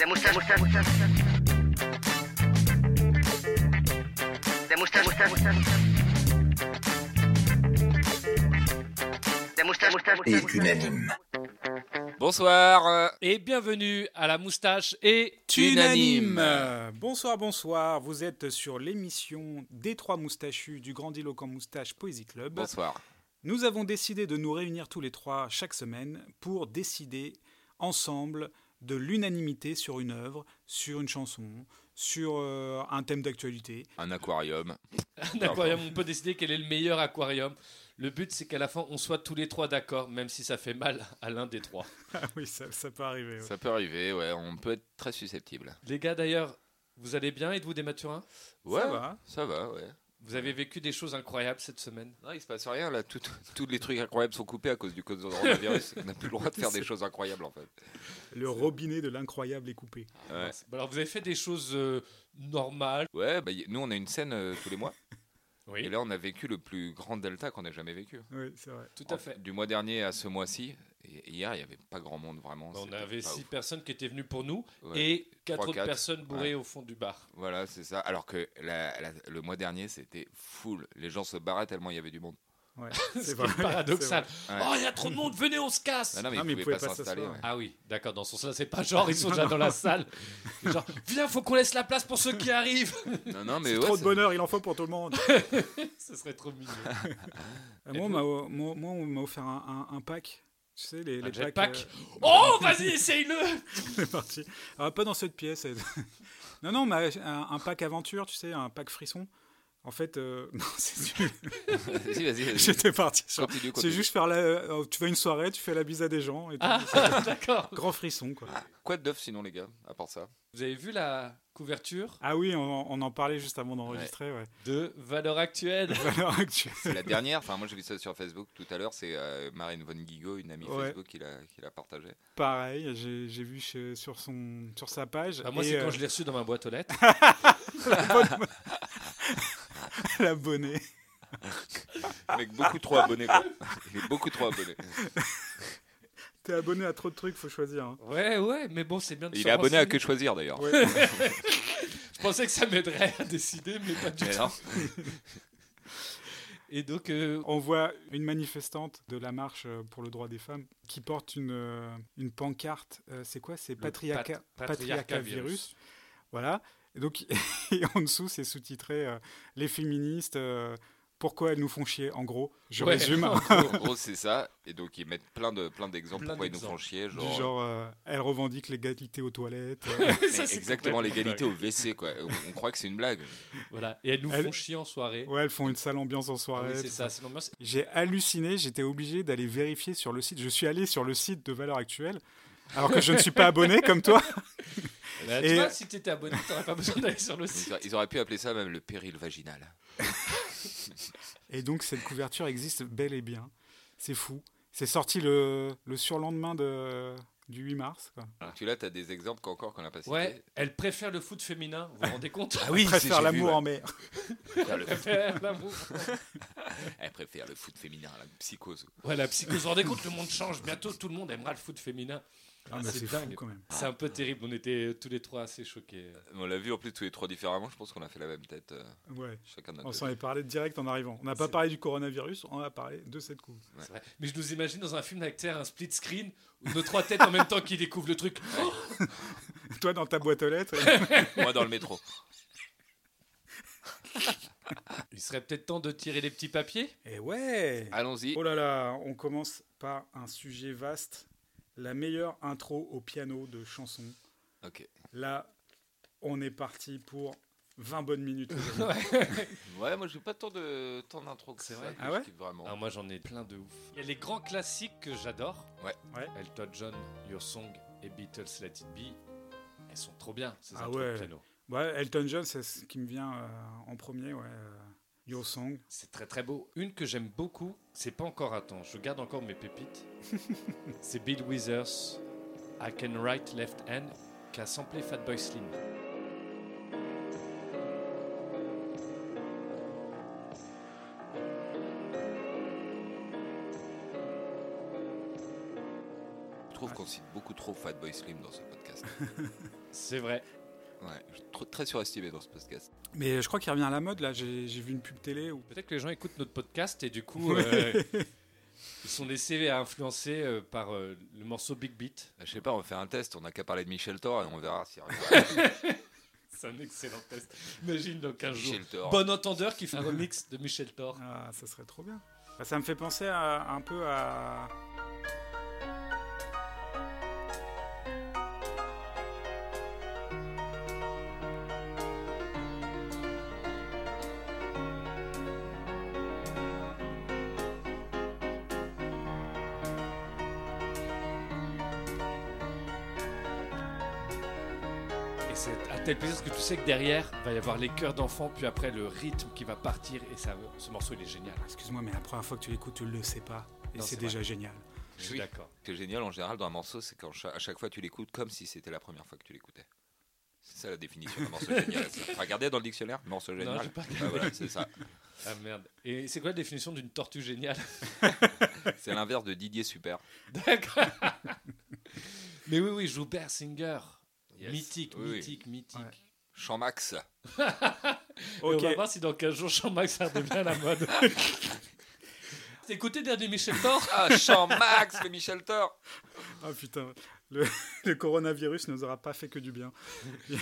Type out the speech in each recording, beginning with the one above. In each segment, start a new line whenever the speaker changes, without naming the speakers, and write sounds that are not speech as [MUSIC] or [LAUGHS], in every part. La moustache, moustache, moustache. La moustache, moustache, moustache. La moustache, moustache,
est
moustache.
unanime.
Bonsoir.
Et bienvenue à la moustache et
Unanime.
Unanime. Bonsoir, bonsoir. Vous êtes sur l'émission Des trois moustachus du grandiloquent moustache Poésie Club.
Bonsoir.
Nous avons décidé de nous réunir tous les trois chaque semaine pour décider ensemble de l'unanimité sur une œuvre, sur une chanson, sur euh, un thème d'actualité.
Un aquarium.
un [LAUGHS] aquarium. On peut décider quel est le meilleur aquarium. Le but, c'est qu'à la fin, on soit tous les trois d'accord, même si ça fait mal à l'un des trois.
Ah oui, ça, ça peut arriver. ouais.
Ça peut arriver, ouais. On peut être très susceptible.
Les gars, d'ailleurs, vous allez bien, Êtes-vous des Mathurins
Ouais.
Ça va.
Ça va, ouais.
Vous avez vécu des choses incroyables cette semaine.
Non, il se passe rien là. Tout- Tous les trucs incroyables sont coupés à cause du coronavirus. on n'a plus le droit de faire des choses incroyables en fait.
Le robinet de l'incroyable est coupé.
Ouais,
Bon, Alors, vous avez fait des choses euh, normales.
ouais bah, y- nous on a une scène euh, tous les mois. Et
Oui,
là on a vécu le plus grand delta qu'on ait jamais vécu.
Oui, c'est vrai.
tout à fait.
Du mois dernier à ce mois-ci. et Hier, il n'y avait pas grand monde vraiment.
On
C'était
avait
pas
six
ouf.
personnes qui étaient venues pour nous
Ouais.
et quatre
Trois,
autres
quatre.
personnes bourrées au fond du bar. [LAUGHS]
Voilà, c'est ça. Alors que la- la- le mois dernier, c'était full. Les gens se barraient tellement il y avait du monde.
Ouais,
C'est
c'est vrai.
paradoxal.
Ouais.
Oh, il y a trop de monde, venez, on se casse.
Ah Non, non, mais
Non,
ils
mais
ne pouvaient pas s'installer.
s'asseoir.
ouais.
Ah oui, d'accord, dans ce sens-là, c'est pas genre,
[LAUGHS]
ils sont déjà dans la salle. C'est Genre, viens, faut qu'on laisse la place pour ceux qui arrivent. [LAUGHS]
Non, non, mais
C'est
ouais,
trop de
c'est-
bonheur, il en faut pour tout le monde.
Ce serait trop
[LAUGHS]
mignon.
Euh, moi, on m'a- moi, moi, on m'a offert un, un- un pack. Tu sais, les,
Un
les
jetpack
packs. euh,
Oh, vas-y, essaye-le [LAUGHS]
[LAUGHS] C'est parti. Ah, pas dans cette pièce. [LAUGHS] non, non, mais un, un pack aventure, tu sais, un pack frisson. En fait, euh, [LAUGHS] non, c'est
[LAUGHS]
sûr.
Vas-y, vas-y,
[LAUGHS]
vas-y.
J'étais parti. sur-
Continue,
C'est
continue.
juste faire la. euh, tu vas à une soirée, tu fais la bise à des gens. Et tout.
Ah, d'accord.
Grand frisson, quoi.
Quoi de neuf sinon, les gars, à part ça
Vous avez vu la couverture
Ah oui, on, on en parlait juste avant d'enregistrer, ouais.
de Valeur Actuelle
Valeur actuelle.
C'est la dernière. Enfin, moi, j'ai vu ça sur Facebook tout à l'heure. C'est euh, Marine Von Guigo, une amie
Ouais.
Facebook, qui l'a qui l'a partagé.
Pareil, j'ai j'ai vu chez- sur, son, sur sa page.
Bah, Moi,
et,
c'est quand
euh, [LAUGHS]
je l'ai reçu dans ma boîte
[LAUGHS]
aux lettres.
l'abonné.
Avec beaucoup trop abonnés. quoi. [LAUGHS] Il est beaucoup trop abonné.
T'es abonné à trop de trucs, faut choisir. hein.
Ouais, ouais, mais bon, c'est bien de
Il
se
est abonné à
renseigner.
Que Choisir, d'ailleurs.
Ouais.
Je pensais que ça m'aiderait à décider, mais pas du
Mais
tout.
non.
Et donc, euh,
On voit une manifestante de la marche euh, pour le droit des femmes qui porte une, euh, une pancarte. euh, c'est quoi C'est
le
patriarcat,
pat-
patriarcat virus. Voilà. Et donc, [LAUGHS] et en dessous, c'est sous-titré euh, Les féministes, euh, pourquoi elles nous font chier, en gros. Je
Ouais. [LAUGHS]
résume.
[LAUGHS] En gros, c'est ça. Et donc, ils mettent plein de plein d'exemples
Plein
pourquoi ils nous
d'exemples.
font chier.
Du
Genre, [LAUGHS]
genre, euh, elles revendiquent l'égalité aux toilettes. euh,
Mais
Ça, c'est
exactement
complètement
l'égalité au WC, quoi. On, on croit que c'est une blague.
Voilà, et elles nous
Elle-
font chier en soirée.
ouais, elles font une sale ambiance en
Ah oui,
soirée.
c'est ça, c'est l'ambiance.
J'ai halluciné, j'étais obligé d'aller vérifier sur le site. Je suis allé sur le site de Valeurs Actuelles, alors que je ne suis pas abonné comme toi.
Bah,
Et-
Tu vois, si t'étais abonné, t'aurais pas besoin d'aller sur le site.
Ils auraient- Ils auraient pu appeler ça même le péril vaginal.
Et donc cette couverture existe bel et bien. C'est fou. C'est sorti le, le surlendemain de, du 8 mars. quoi.
Tu là, t'as des exemples qu'encore qu'on a pas cités.
Ouais, elle préfère le foot féminin, vous vous rendez compte
Ah oui,
Je préfère l'amour en mer.
Elle
Elle
préfère,
préfère l'amour.
le foot féminin, la psychose.
Ouais, la psychose, vous vous rendez compte, le monde change. Bientôt, tout le monde aimera le foot féminin.
Ah, mais
c'est
c'est
dingue.
fou quand même.
C'est un peu terrible, on était tous les trois assez choqués. euh,
On l'a vu en plus tous les trois différemment. Je pense qu'on a fait la même tête euh,
Ouais.
chacun de notre
On s'en
côté.
est parlé direct en arrivant. On n'a pas
C'est-
parlé du coronavirus, on a parlé de cette coupe.
C'est vrai. Mais je nous imagine dans un film d'acteur, un split screen, où nos trois têtes en même temps qui découvrent le truc. Oh,
[LAUGHS] Toi dans ta boîte aux lettres.
Moi dans le métro.
[GASPS] il serait peut-être temps de tirer les petits papiers
Et ouais
[LAUGHS] Allons-y.
Oh là là, on commence par un sujet vaste. La meilleure intro au piano de chanson.
Ok.
Là, on est parti pour 20 bonnes minutes. aujourd'hui.
Ouais, moi j'ai pas tant de tant d'intro que
C'est
ça,
vrai.
que
Ah
je
ouais
kiffe vraiment.
Ah, moi j'en ai plein de ouf. Il y a les grands classiques que j'adore.
Ouais.
Ouais.
Elton John, Your Song et Beatles Let It Be. Elles sont trop bien, ces
Ah
intros de
ouais.
piano.
Ouais, Elton John, c'est ce qui me vient euh, en premier, ouais. euh, Your Song.
C'est très très beau. Une que j'aime beaucoup, c'est pas encore à temps, je garde encore mes [LAUGHS] pépites. c'est Bill Withers, I Can Write Left Hand, qui a samplé Fatboy Slim.
Je trouve qu'on cite beaucoup trop Fatboy Slim dans ce podcast.
C'est vrai.
[LAUGHS] Ouais, je suis tr- très surestimé dans ce podcast.
Mais je crois qu'il revient à la mode, là. J'ai j'ai vu une pub télé. Où...
Peut-être que les gens écoutent notre podcast et du coup, euh, ils sont laissés à influencer euh, par euh, le morceau Big Beat.
Euh, Je sais pas, on va faire un test, on n'a qu'à parler de Michel Thor et on verra si [LAUGHS]
C'est un excellent test. Imagine dans 15 jours.
Michel Thor.
Bon entendeur qui fait un remix de Michel Thor.
Ah, ça serait trop bien. Bah, ça me fait penser à- un peu à.
Et c'est à tel plaisir parce que tu sais que derrière, il va y avoir les chœurs d'enfants, puis après le rythme qui va partir. Et ça, ce morceau, il est génial.
Excuse-moi, mais la première fois que tu l'écoutes, tu le sais pas. Et
Non,
c'est
c'est
déjà génial.
Je suis
Oui.
d'accord.
Ce qui est génial en général dans un morceau, c'est qu'à chaque fois tu l'écoutes comme si c'était la première fois que tu l'écoutais. C'est ça la définition d'un morceau [LAUGHS] génial. ça. Regardez dans le dictionnaire, morceau génial.
j'ai pas
Ah, [LAUGHS] voilà, c'est ça.
Ah merde. Et c'est quoi la définition d'une tortue géniale [LAUGHS]
C'est l'inverse de Didier Super.
D'accord. Mais oui, oui, Joubert Singer.
Yes.
Mythique,
Oui, oui.
mythique, mythique.
Ouais.
Champ-Max.
Et
Ok.
on va voir si dans 15 jours, Jean-Max ça redevient à la [LAUGHS] mode. T'as écouté dernier Michel Thor
Ah, Champ-Max, le Michel Thor.
Ah putain, le, [LAUGHS] le coronavirus nous aura pas fait que du bien.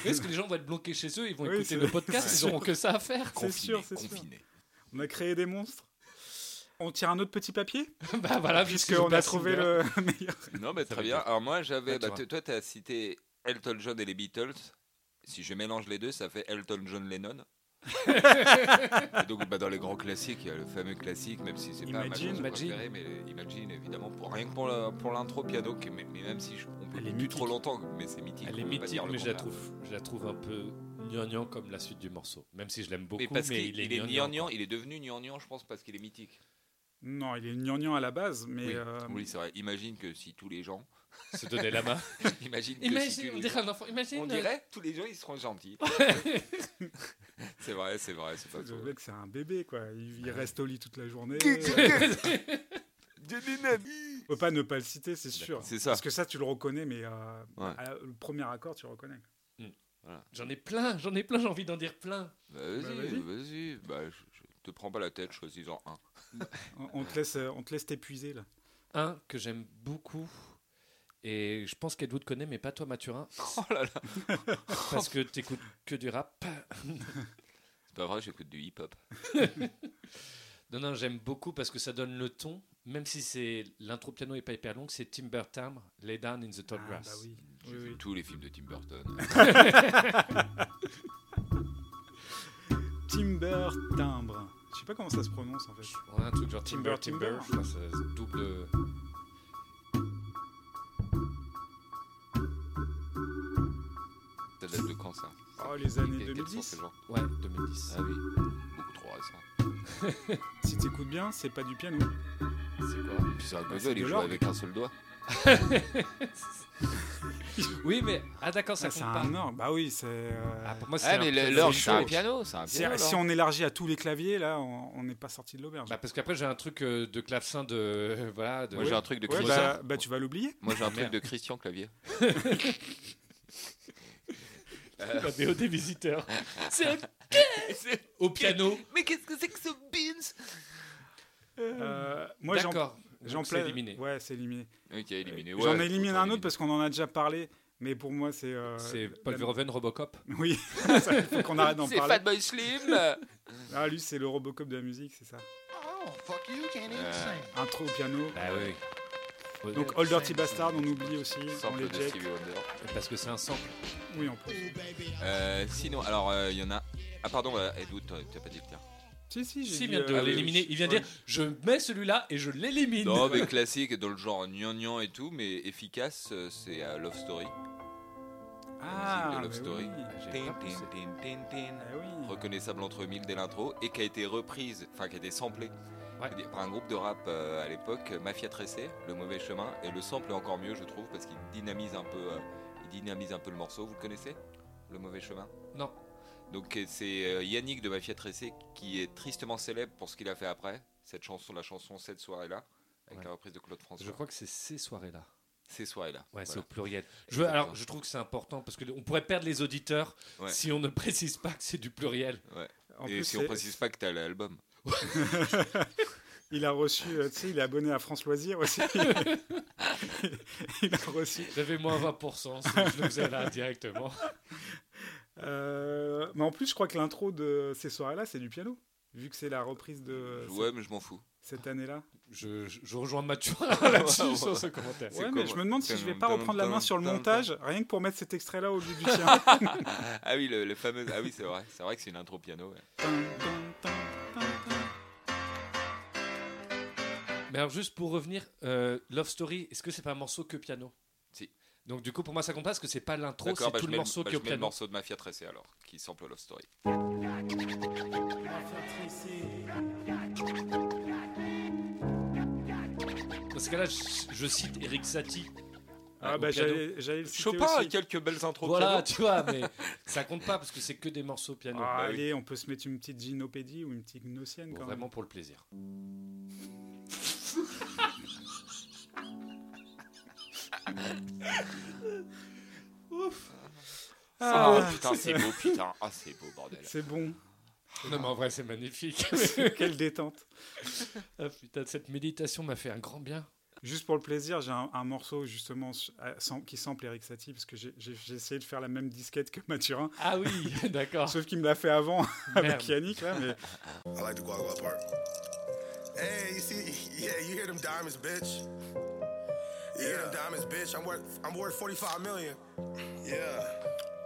Est-ce que les gens vont être bloqués chez eux Ils vont
Oui,
écouter
c'est-
le podcast Ils
c'est-
auront que ça à [LAUGHS] faire
C'est
Confiné,
sûr, c'est sûr.
confiné.
On a créé des monstres. On tire un autre petit papier
Bah voilà, vu que
Puisqu'on a
Joubert
trouvé
Singer-
le [LAUGHS] meilleur.
Non, mais
Ça
très
va
bien.
bien.
Alors moi, j'avais.
Ouais, tu
bah,
vois.
t- toi, tu as cité Elton John et les Beatles. Si je mélange les deux, ça fait Elton John
[LAUGHS]
Lennon. Et donc, bah, dans les grands classiques, il y a le fameux classique, même si c'est pas ma
Imagine,
chose
Imagine.
préférée, mais euh, Imagine, évidemment, pour, rien que pour la- pour l'intro piano, qui- mais, mais même si je, on peut
Elle est
plus
mythique.
trop longtemps, mais c'est mythique.
Elle est
on peut pas
mythique,
dire le
mais je la
contraire.
trouve, je la trouve un peu gnangnan comme la suite du morceau. Même si je l'aime beaucoup,
Mais
mais,
parce qu'il
il est,
il est
gnangnan.
gnangnan, il est devenu gnangnan, je pense, parce qu'il est mythique.
Non, il est gnangnan à la base, mais.
oui,
euh,
oui, c'est vrai. Imagine que si tous les gens. [LAUGHS]
Se donner la main.
imagine que si
Imagine,
tous
on
les
dirait un enfant. Imagine.
On dirait tous les gens ils seront gentils. [LAUGHS] c'est vrai, c'est vrai, c'est pas
le
faux.
mec, c'est un bébé, quoi. Il, il reste au lit toute la journée. [LAUGHS] On peut pas ne pas le citer, c'est sûr.
C'est ça.
Parce que ça, tu le reconnais, mais euh,
Ouais.
à la- le premier accord, tu le reconnais.
J'en ai plein, j'en ai plein, j'ai envie d'en dire plein.
Bah, vas-y,
Bah,
vas-y.
vas-y.
Bah, je, je te prends pas la tête, choisis-en un.
On, on te laisse, euh, on te laisse t'épuiser là.
Un que j'aime beaucoup. Et je pense qu'Edwood connaît, mais pas toi, Mathurin,
[LAUGHS] Oh là là.
[LAUGHS] parce que t'écoutes que du rap.
C'est pas vrai, j'écoute du hip-hop.
Non, non, j'aime beaucoup parce que ça donne le ton, même si c'est l'intro piano est pas hyper longue, c'est Timber Time, Lay Down in the Tall
Ah,
Grass.
bah oui.
J'ai
Oui,
vu
oui.
tous les films de Tim Burton.
Timber timbre. Je sais pas comment ça se prononce en fait.
On a un truc genre Timber
Timber,
Timber,
Timber.
je pense, euh, double.
Ça date de quand ça
Oh, les années
Quels sont
2010.
ces gens
Ouais, 2010.
Ah oui, beaucoup trop récent.
Si t'écoutes bien, c'est pas du piano.
C'est quoi
Puis c'est un
Bah,
gogo,
c'est
il
de
joue
l'orgue.
avec un seul doigt.
Oui, mais ah d'accord, ça
Ah,
compte
c'est
pas.
un or. Bah oui, c'est. euh,
Ah, pour moi, c'est
Ah,
un-
mais le-
c'est
l'orgue,
une
c'est un
chose.
piano, c'est un
si-
piano.
si
l'orgue.
on élargit à tous les claviers, là, on on n'est pas sorti de l'auberge.
Bah, parce qu'après j'ai un truc euh, de clavecin de voilà. De...
Moi j'ai un truc de
Ouais,
Christian.
bah, bah, tu vas l'oublier.
Moi j'ai un truc
Merde.
de Christian Clavier.
La BO des [LAUGHS] visiteurs. C'est un- au piano.
Mais qu'est-ce que c'est que ce beans
Euh, moi, j'en
D'accord.
j'en
Donc, c'est
plais-
éliminé.
Ouais, c'est éliminé.
Ok, éliminé. ouais,
j'en ai éliminé
autant
un
éliminer.
autre parce qu'on en a déjà parlé. Mais pour moi, c'est. euh,
C'est
la-
Paul Verhoeven Robocop.
Oui, [LAUGHS] ça, faut
[LAUGHS]
qu'on arrête d'en
C'est
parler.
Fatboy
[LAUGHS]
Slim
Ah, lui, c'est le Robocop de la musique, c'est ça.
Oh, fuck you, can't
even sing.
Intro au piano.
Bah oui.
Donc, oh. All Dirty Bastard, on oublie aussi. On
Sample
les
de
check.
Stevie Wonder.
Parce que c'est un sample.
Oui, on peut.
Euh, sinon, alors euh, il y en a. Ah, pardon, euh, Edwood, t'as t'as pas dit le tien.
Si, si, j'ai
Si, il
dit,
vient de
euh,
l'éliminer. Il vient de dire je mets celui-là et je l'élimine.
Non, mais classique, dans le genre gnangnan et tout, mais efficace, euh, c'est euh, Love Story.
Ah,
La musique de Love Story.
mais oui. [LAUGHS]
Ah, [LAUGHS] j'ai
Tin,
pas
tin,
poussé.
tin, tin, tin.
Ah oui.
Reconnaissable entre mille dès l'intro et qui a été reprise, enfin qui a été samplée
Ouais.
par un groupe de rap euh, à l'époque, euh, Mafia Tressé, Le Mauvais Chemin. Et le sample est encore mieux, je trouve, parce qu'il dynamise un peu, euh, il dynamise un peu le morceau. Vous le connaissez Le Mauvais Chemin
Non.
Donc euh, c'est euh, Yannick de Mafia Tressé qui est tristement célèbre pour ce qu'il a fait après cette chanson, la chanson cette soirée là, avec
Ouais.
la reprise de Claude François.
Je crois que c'est ces soirées-là.
ces soirées-là.
Ouais, c'est
Voilà.
au pluriel. Je veux- alors, je trouve que c'est important parce que on pourrait perdre les auditeurs
Ouais.
si on ne précise pas que c'est du pluriel.
En
Et
plus,
si on
c'est-
précise pas que t'as l'album.
il a reçu, euh, tu sais, il est abonné à France Loisirs
[LAUGHS]
aussi. il a reçu.
J'avais moins 20%, si je le faisais là
[LAUGHS]
directement.
Euh, mais en plus, je crois que l'intro de ces soirées-là, c'est du piano, vu que c'est la reprise de
Ouais, mais je m'en
[LAUGHS]
fous.
cette année-là.
Je, je- je rejoins Mathurin [LAUGHS] là-dessus
Ouais, ouais.
sur ce commentaire.
C'est
Ouais,
quoi,
mais je
moi
me demande si je vais pas reprendre la main sur le montage, rien que pour mettre cet extrait-là au lieu du tien.
Ah oui, le, le fameux. Ah oui, c'est vrai. C'est vrai que c'est une intro piano. ouais.
Mais alors, juste pour revenir, euh, Love Story, est-ce que c'est pas un morceau que piano
Si.
Donc, du coup, pour moi, ça compte pas parce que c'est pas l'intro,
D'accord,
c'est
bah, je
tout le
mets
morceau
bah,
qui est
je
au
mets le
piano.
morceau de Mafia Tressé alors, qui sample Love Story.
Dans ce cas-là, je, je cite Eric Satie.
Ah
au
bah
piano.
j'allais j'allais le citer
Chopin a
aussi.
quelques belles intros piano.
Voilà, tu vois, mais [LAUGHS] ça compte pas parce que c'est que des morceaux au piano.
Ah,
bah oui.
allez, on peut se mettre une petite gynopédie ou une petite gnossienne
Bon,
quand
vraiment pour le plaisir.
même.
Ah,
Ah,
putain, c'est beau, putain. Ah, c'est beau, bordel.
c'est bon, [LAUGHS]
Non, mais en vrai, c'est magnifique.
quelle détente.
[LAUGHS] Ah, putain, cette méditation m'a fait un grand bien.
Juste pour le plaisir, j'ai un, un morceau justement su- à- sam- qui sample Eric Satie parce que j'ai j'ai- j'ai essayé de faire la même disquette que Mathurin,
Ah oui, [LAUGHS] d'accord.
sauf qu'il me l'a fait avant [LAUGHS]
Merde.
avec Yannick là, mais
I like the guagua part. Hey, you see, [LAUGHS] yeah, you hear them diamonds, bitch. You hear them diamonds, bitch. I'm worth, I'm worth 45 million. Yeah.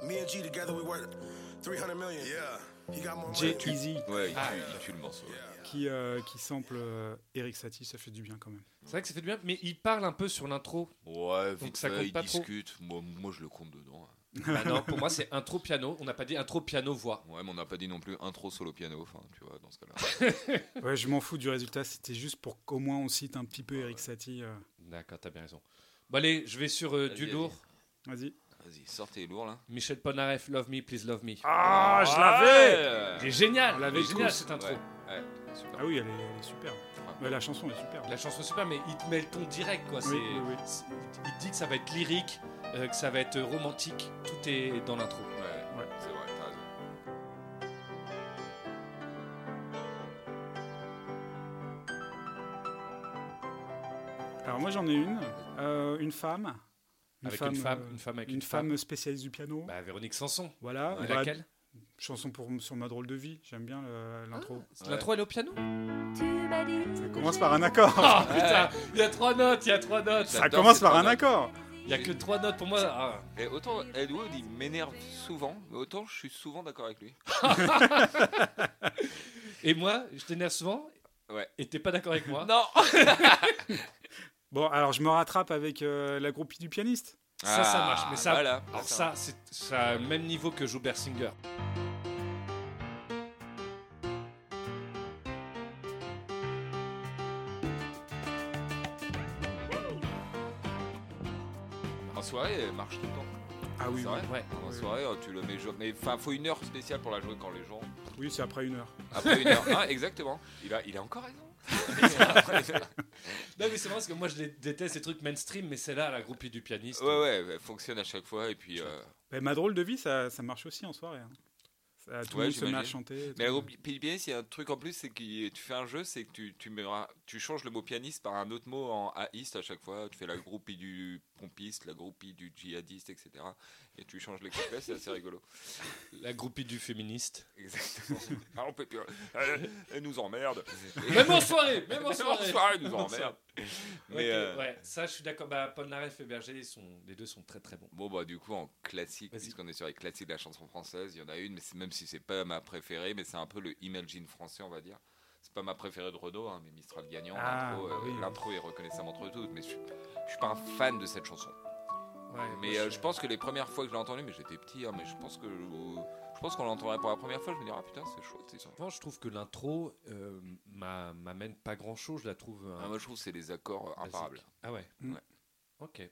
Me and G together, we worth 300 million. Yeah. He got more money.
Jay Easy
Ouais, il
Ah.
tue, il tue le morceau. ouais.
qui, euh, qui sample euh, Eric Satie, ça fait du bien quand même.
C'est vrai que ça fait du bien, mais il parle un peu sur l'intro.
Ouais,
Donc
vite
ça
ça
compte
ils
pas trop.
discutent. Moi, moi, je le compte dedans. hein.
[LAUGHS] Ah non, pour moi, c'est intro piano. On n'a pas dit intro piano voix.
Ouais, mais on n'a pas dit non plus intro solo piano, enfin, tu vois, dans ce
[LAUGHS]
cas-là.
Ouais, je m'en fous du résultat, c'était juste pour qu'au moins on cite un petit peu Eric Satie. euh.
D'accord, t'as bien raison. Bon, allez, je vais sur euh,
Vas-y,
du
vas-y.
lourd.
Vas-y.
Vas-y, sortez lourd là.
Michel Polnareff, Love Me, Please Love Me.
Ah, je
Eh
l'avais
Il
Ouais.
est génial,
On l'avait
il est génial
tous.
cette intro.
Ouais. Ouais, super.
Ah oui, elle est, elle est superbe. Ouais, la chanson est superbe.
La chanson est super, mais il te met le ton direct, quoi. c'est-
Oui, oui, oui.
c'est- Il te dit que ça va être lyrique, euh, que ça va être romantique. Tout est dans l'intro.
Ouais,
Ouais.
c'est vrai, t'as raison.
Alors moi j'en ai une, Euh, une femme,
Avec une femme,
euh,
une femme avec
une femme spécialiste du piano.
Bah, Véronique Sanson.
voilà,
Et
Bah,
laquelle
chanson pour sur ma drôle de vie. J'aime bien le- l'intro.
Ouais.
L'intro, elle est au piano
Tu m'as dit
Ah. ça
que
commence par
[LAUGHS]
un accord.
Ah putain, il y a trois notes, il y a trois notes.
ça
J'adore
commence
cette
par un
phrase.
accord.
Il y a que trois notes pour moi. Ah.
Et autant Ed Wood, il m'énerve souvent, mais autant je suis souvent d'accord avec lui.
Et moi, je t'énerve souvent.
Ouais.
Et t'es pas d'accord avec [LAUGHS] moi
Non
Bon, alors je me rattrape avec euh, la groupie du pianiste.
Ça, ça marche, mais ça-
Ah, Voilà.
Alors ça, c'est ça a le même niveau que Joubert Singer.
En soirée, elle marche tout le temps.
Ah oui,
C'est
oui,
vrai
Ouais.
En
Oui.
soirée, euh, tu le mets. jouer- Mais enfin, faut une heure spéciale pour la jouer quand les gens.
oui, c'est après une heure.
Après une heure.
[LAUGHS]
Ah, exactement. Il a, il a encore raison.
[LAUGHS] Non mais c'est vrai parce que moi je les déteste ces trucs mainstream, mais c'est là la groupie du pianiste.
Ouais, ouais, elle fonctionne à chaque fois. Et puis. euh,
Bah, ma drôle de vie, ça, ça marche aussi en soirée. hein. Ça, tout
Ouais,
le monde se met à
j'imagine.
chanter.
Mais la
tout.
groupe pianiste, il y a un truc en plus, c'est que tu fais un jeu, c'est que tu, tu, mets un- tu changes le mot pianiste par un autre mot en aïste à chaque fois. Tu fais la groupie du pompiste, la groupie du djihadiste, etc. Et tu changes les couplets, c'est assez rigolo. [LAUGHS]
La groupie du féministe.
Exactement. Ah, on peut plus. Elle, elle nous emmerde. [LAUGHS]
Même en soirée, même en
Même
soirée.
elle nous emmerde.
[LAUGHS] Ok,
Mais euh,
Ouais, ça je suis d'accord. Bah Polnareff et Berger, ils sont, les deux sont très très bons.
bon, bah, du coup, en classique,
Vas-y.
puisqu'on est sur les classiques de la chanson française, il y en a une, mais c'est- même si c'est pas ma préférée, mais c'est un peu le Imagine français, on va dire. C'est pas ma préférée de Renaud, hein, mais Mistral gagnant.
Ah,
l'intro,
bah
euh,
oui, oui.
l'intro est reconnaissable entre toutes, mais je suis, je suis pas un fan de cette chanson.
Ouais,
Mais euh, je pense que les premières fois que je l'ai entendue, mais j'étais petit, hein, mais je pense que je pense qu'on l'entendrait pour la première fois, je me dirais, ah putain, c'est chouette. c'est ça.
Franchement, je trouve que l'intro euh, m'a- m'amène pas grand chose. Je la trouve. euh,
Ah, moi, je trouve que c'est des accords euh,
basique.
imparables.
Ah ouais.
Mm.
Ouais. Ok.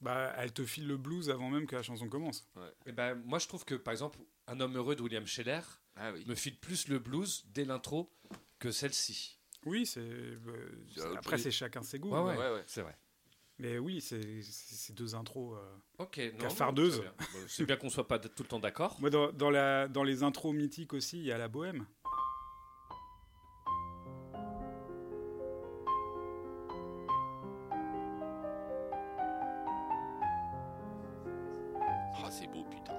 Bah, elle te file le blues avant même que la chanson commence.
Et ben moi je trouve que par exemple un homme heureux de William Scheller
Ah oui.
me file plus le blues dès l'intro que celle-ci.
Oui, c'est. euh,
C'est un
après,
truc. Ah,
c'est chacun ses goûts.
Ouais,
mais-
ouais,
ouais, ouais.
c'est vrai.
Mais oui, c'est c'est- ces deux intros. euh.
Ok, non,
Cafardeuse.
non, très bien. Bon, C'est bien qu'on soit pas d- tout le temps d'accord.
Moi, dans, dans la, dans les intros mythiques aussi, il y a la bohème.
Ah, c'est beau, putain.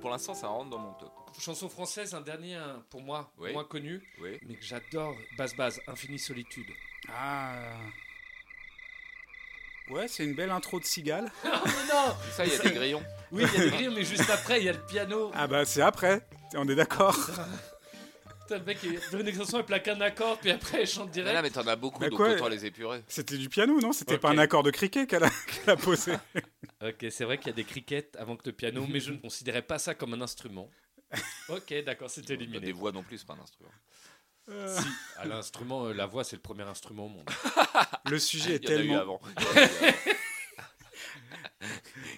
Pour l'instant, ça rentre dans mon top.
Chanson française, un dernier hein, pour moi,
Oui.
moins connu,
Oui.
mais que j'adore. Basse Basse, Infinie Solitude.
Ah. Ouais, c'est une belle intro de cigale.
Ah, mais non
Ça, il y a des grillons.
Oui, il y a des grilles, mais juste après, il y a le piano.
Ah bah c'est après, on est
[LAUGHS]
d'accord.
Putain, le mec, il donne une chanson, il plaque un accord, puis après, il chante
Mais là,
direct.
mais t'en as beaucoup,
Bah
donc
quoi
autant les épurer.
C'était du piano, non C'était pas
Ok.
un accord de criquet qu'elle a, qu'elle
[LAUGHS]
a posé.
Ok, c'est vrai qu'il y a des criquettes avant que le piano, mais je ne considérais pas ça comme un instrument. Ok, d'accord, c'est
Des
éliminé.
voix non plus, c'est pas un instrument.
Euh,
Si, à l'instrument, euh, la voix, c'est le premier instrument au monde.
le sujet est
Il y en a eu
tellement,
avant.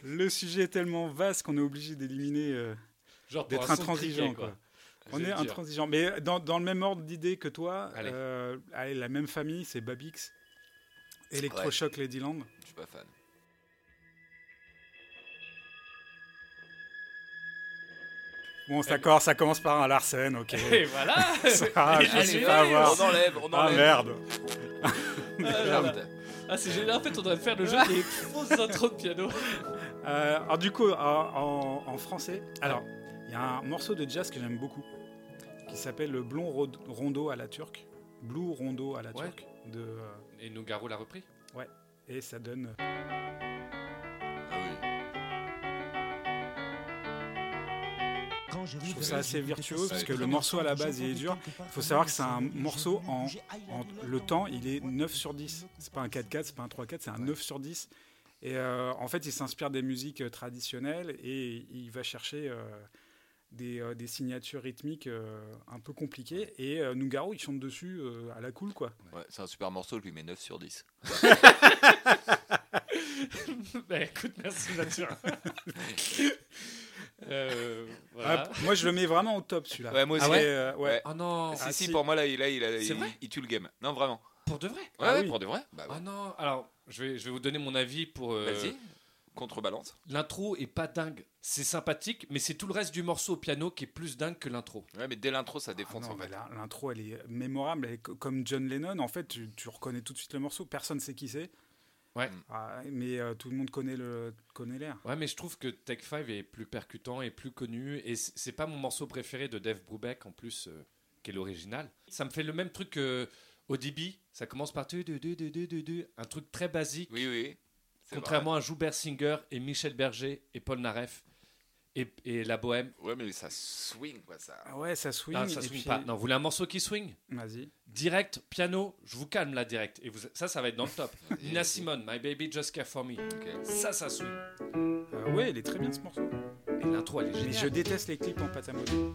le sujet est tellement vaste qu'on est obligé d'éliminer. euh,
Genre pour
d'être
un son de
intransigeant
criquet,
quoi.
Je
On
veux
est
dire.
intransigeant, mais dans, dans le même ordre d'idées que toi,
Allez.
euh, allez, la même famille, c'est Babix, Electrochoc, Ladyland.
Je suis pas fan.
Bon, c'est d'accord, ça commence par un Larsen,
[LAUGHS]
ok.
Et voilà
Ah,
Et
je me
allez,
suis fait avoir.
On enlève, on
Ah
enlève. Euh,
merde.
Ah, là, là. Ah, c'est génial, en fait, on devrait faire le jeu des fausses intros de piano.
Euh, alors du coup, en, en- en français, alors il y a un morceau de jazz que j'aime beaucoup, qui s'appelle le Blond Rod- Rondo à la turque, Blue Rondo à la
Ouais.
turque, de, euh,
Et Nougaro l'a repris
et ça donne.
Ah oui.
Je trouve ça assez virtuose parce
Ouais.
que le morceau à la base il est dur. Il faut savoir que c'est un morceau en, en- le temps, il est 9 sur 10. C'est pas un 4-4, c'est pas un 3-4, c'est un 9 sur 10. Et euh, en fait, il s'inspire des musiques euh, traditionnelles et il va chercher euh, des, euh, des signatures rythmiques euh, un peu compliquées. Et euh, Nougaro, il chante dessus euh, à la cool, quoi.
Ouais, c'est un super morceau, je lui mets 9 sur 10.
[LAUGHS] Bah écoute, merci
[LAUGHS]
Mathieu. euh, voilà.
Ah, moi, je le mets vraiment au top, celui-là.
Ah. Ouais, moi aussi.
Et, euh, ouais.
Ouais.
Oh non,
Si,
Ah,
si,
si.
pour moi, là, il, là, il, a-
C'est
il-
vrai
il tue le game. Non, vraiment.
pour de vrai
Ouais,
Ah
ouais,
oui.
pour de vrai. Bah, ouais.
Oh non, alors je vais, je vais vous donner mon avis pour. euh,
Vas-y, contrebalance.
L'intro est pas dingue. C'est sympathique, mais c'est tout le reste du morceau au piano qui est plus dingue que l'intro.
Ouais, mais dès l'intro, ça
Ah
défonce
non,
en
mais
fait.
la- L'intro, elle est mémorable. Elle est co- comme John Lennon, en fait, tu, tu reconnais tout de suite le morceau. Personne sait qui c'est.
Ouais.
Ah, mais euh, tout le monde connaît le connaît l'air.
Ouais, mais je trouve que Tech 5 est plus percutant et plus connu. Et c- c'est pas mon morceau préféré de Dave Brubeck en plus, euh, qui est l'original. Ça me fait le même truc que ODB. Ça commence par. tu- tu- tu- tu- tu- tu- tu. Un truc très basique.
Oui, oui. C'est
Contrairement à Joubert Singer et Michel Berger et Paul Naref et, et La Bohème.
vrai. Ouais, mais ça swing, quoi, ça.
Ah ouais, ça swing.
non, ça
et
swing
puis-
pas. Non, vous voulez un morceau qui swing
Vas-y.
Direct, piano, je vous calme là, direct. Et vous, ça, ça va être dans le
[LAUGHS]
top.
Vas-y,
Nina
vas-y.
Simone, My Baby Just Care For Me.
Ok.
Ça, ça swing.
Euh, ouais, il est très bien ce morceau.
Et l'intro, elle est
Mais je
géniale.
déteste les clips en pâte à modeler.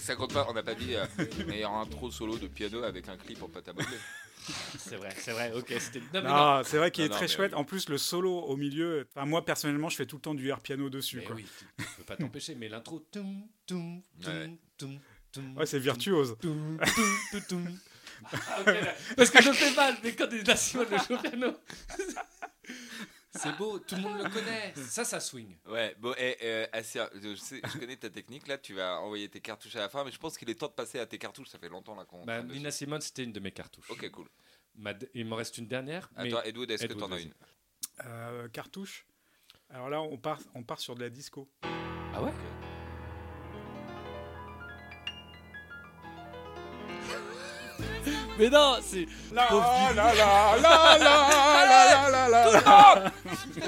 Ça compte pas, on n'a pas dit euh, meilleur intro solo de piano avec un clip en pâte à modeler.
C'est vrai, c'est vrai. Ok, c'était... Non, mais non.
Non, c'est vrai qu'il
Non,
est
non,
très
mais
chouette.
oui.
En plus, le solo au milieu. enfin, moi, personnellement, je fais tout le temps du air piano dessus.
Mais
quoi.
oui, tu tu peux pas t'empêcher. Mais l'intro... toum, toum, toum,
Ouais.
toum, toum,
Ouais, c'est virtuose.
toum,
[LAUGHS]
toum, toum, toum. Ah, ok, là. Parce que je fais mal, mais quand Nina Simone le joue au piano... [LAUGHS] C'est beau, tout le monde le connaît. Ça, ça swing.
Ouais, bon, et, euh, Assia, je, sais- je connais ta technique là, tu vas envoyer tes cartouches à la fin, mais je pense qu'il est temps de passer à tes cartouches, Ah, ça fait longtemps là qu'on.
Bah,
qu'on-
Nina Simone, c'était une de mes cartouches.
Ok, cool.
Ma d- Il m'en reste une dernière.
À
mais-
toi, Edward, est-ce que
Edward,
t'en as
vas-y.
une
Euh, cartouche. Alors là, on part, on part sur de la disco.
Ah ouais Mais non, c'est.
La
Pauvre
Oh
la la la la la la la la.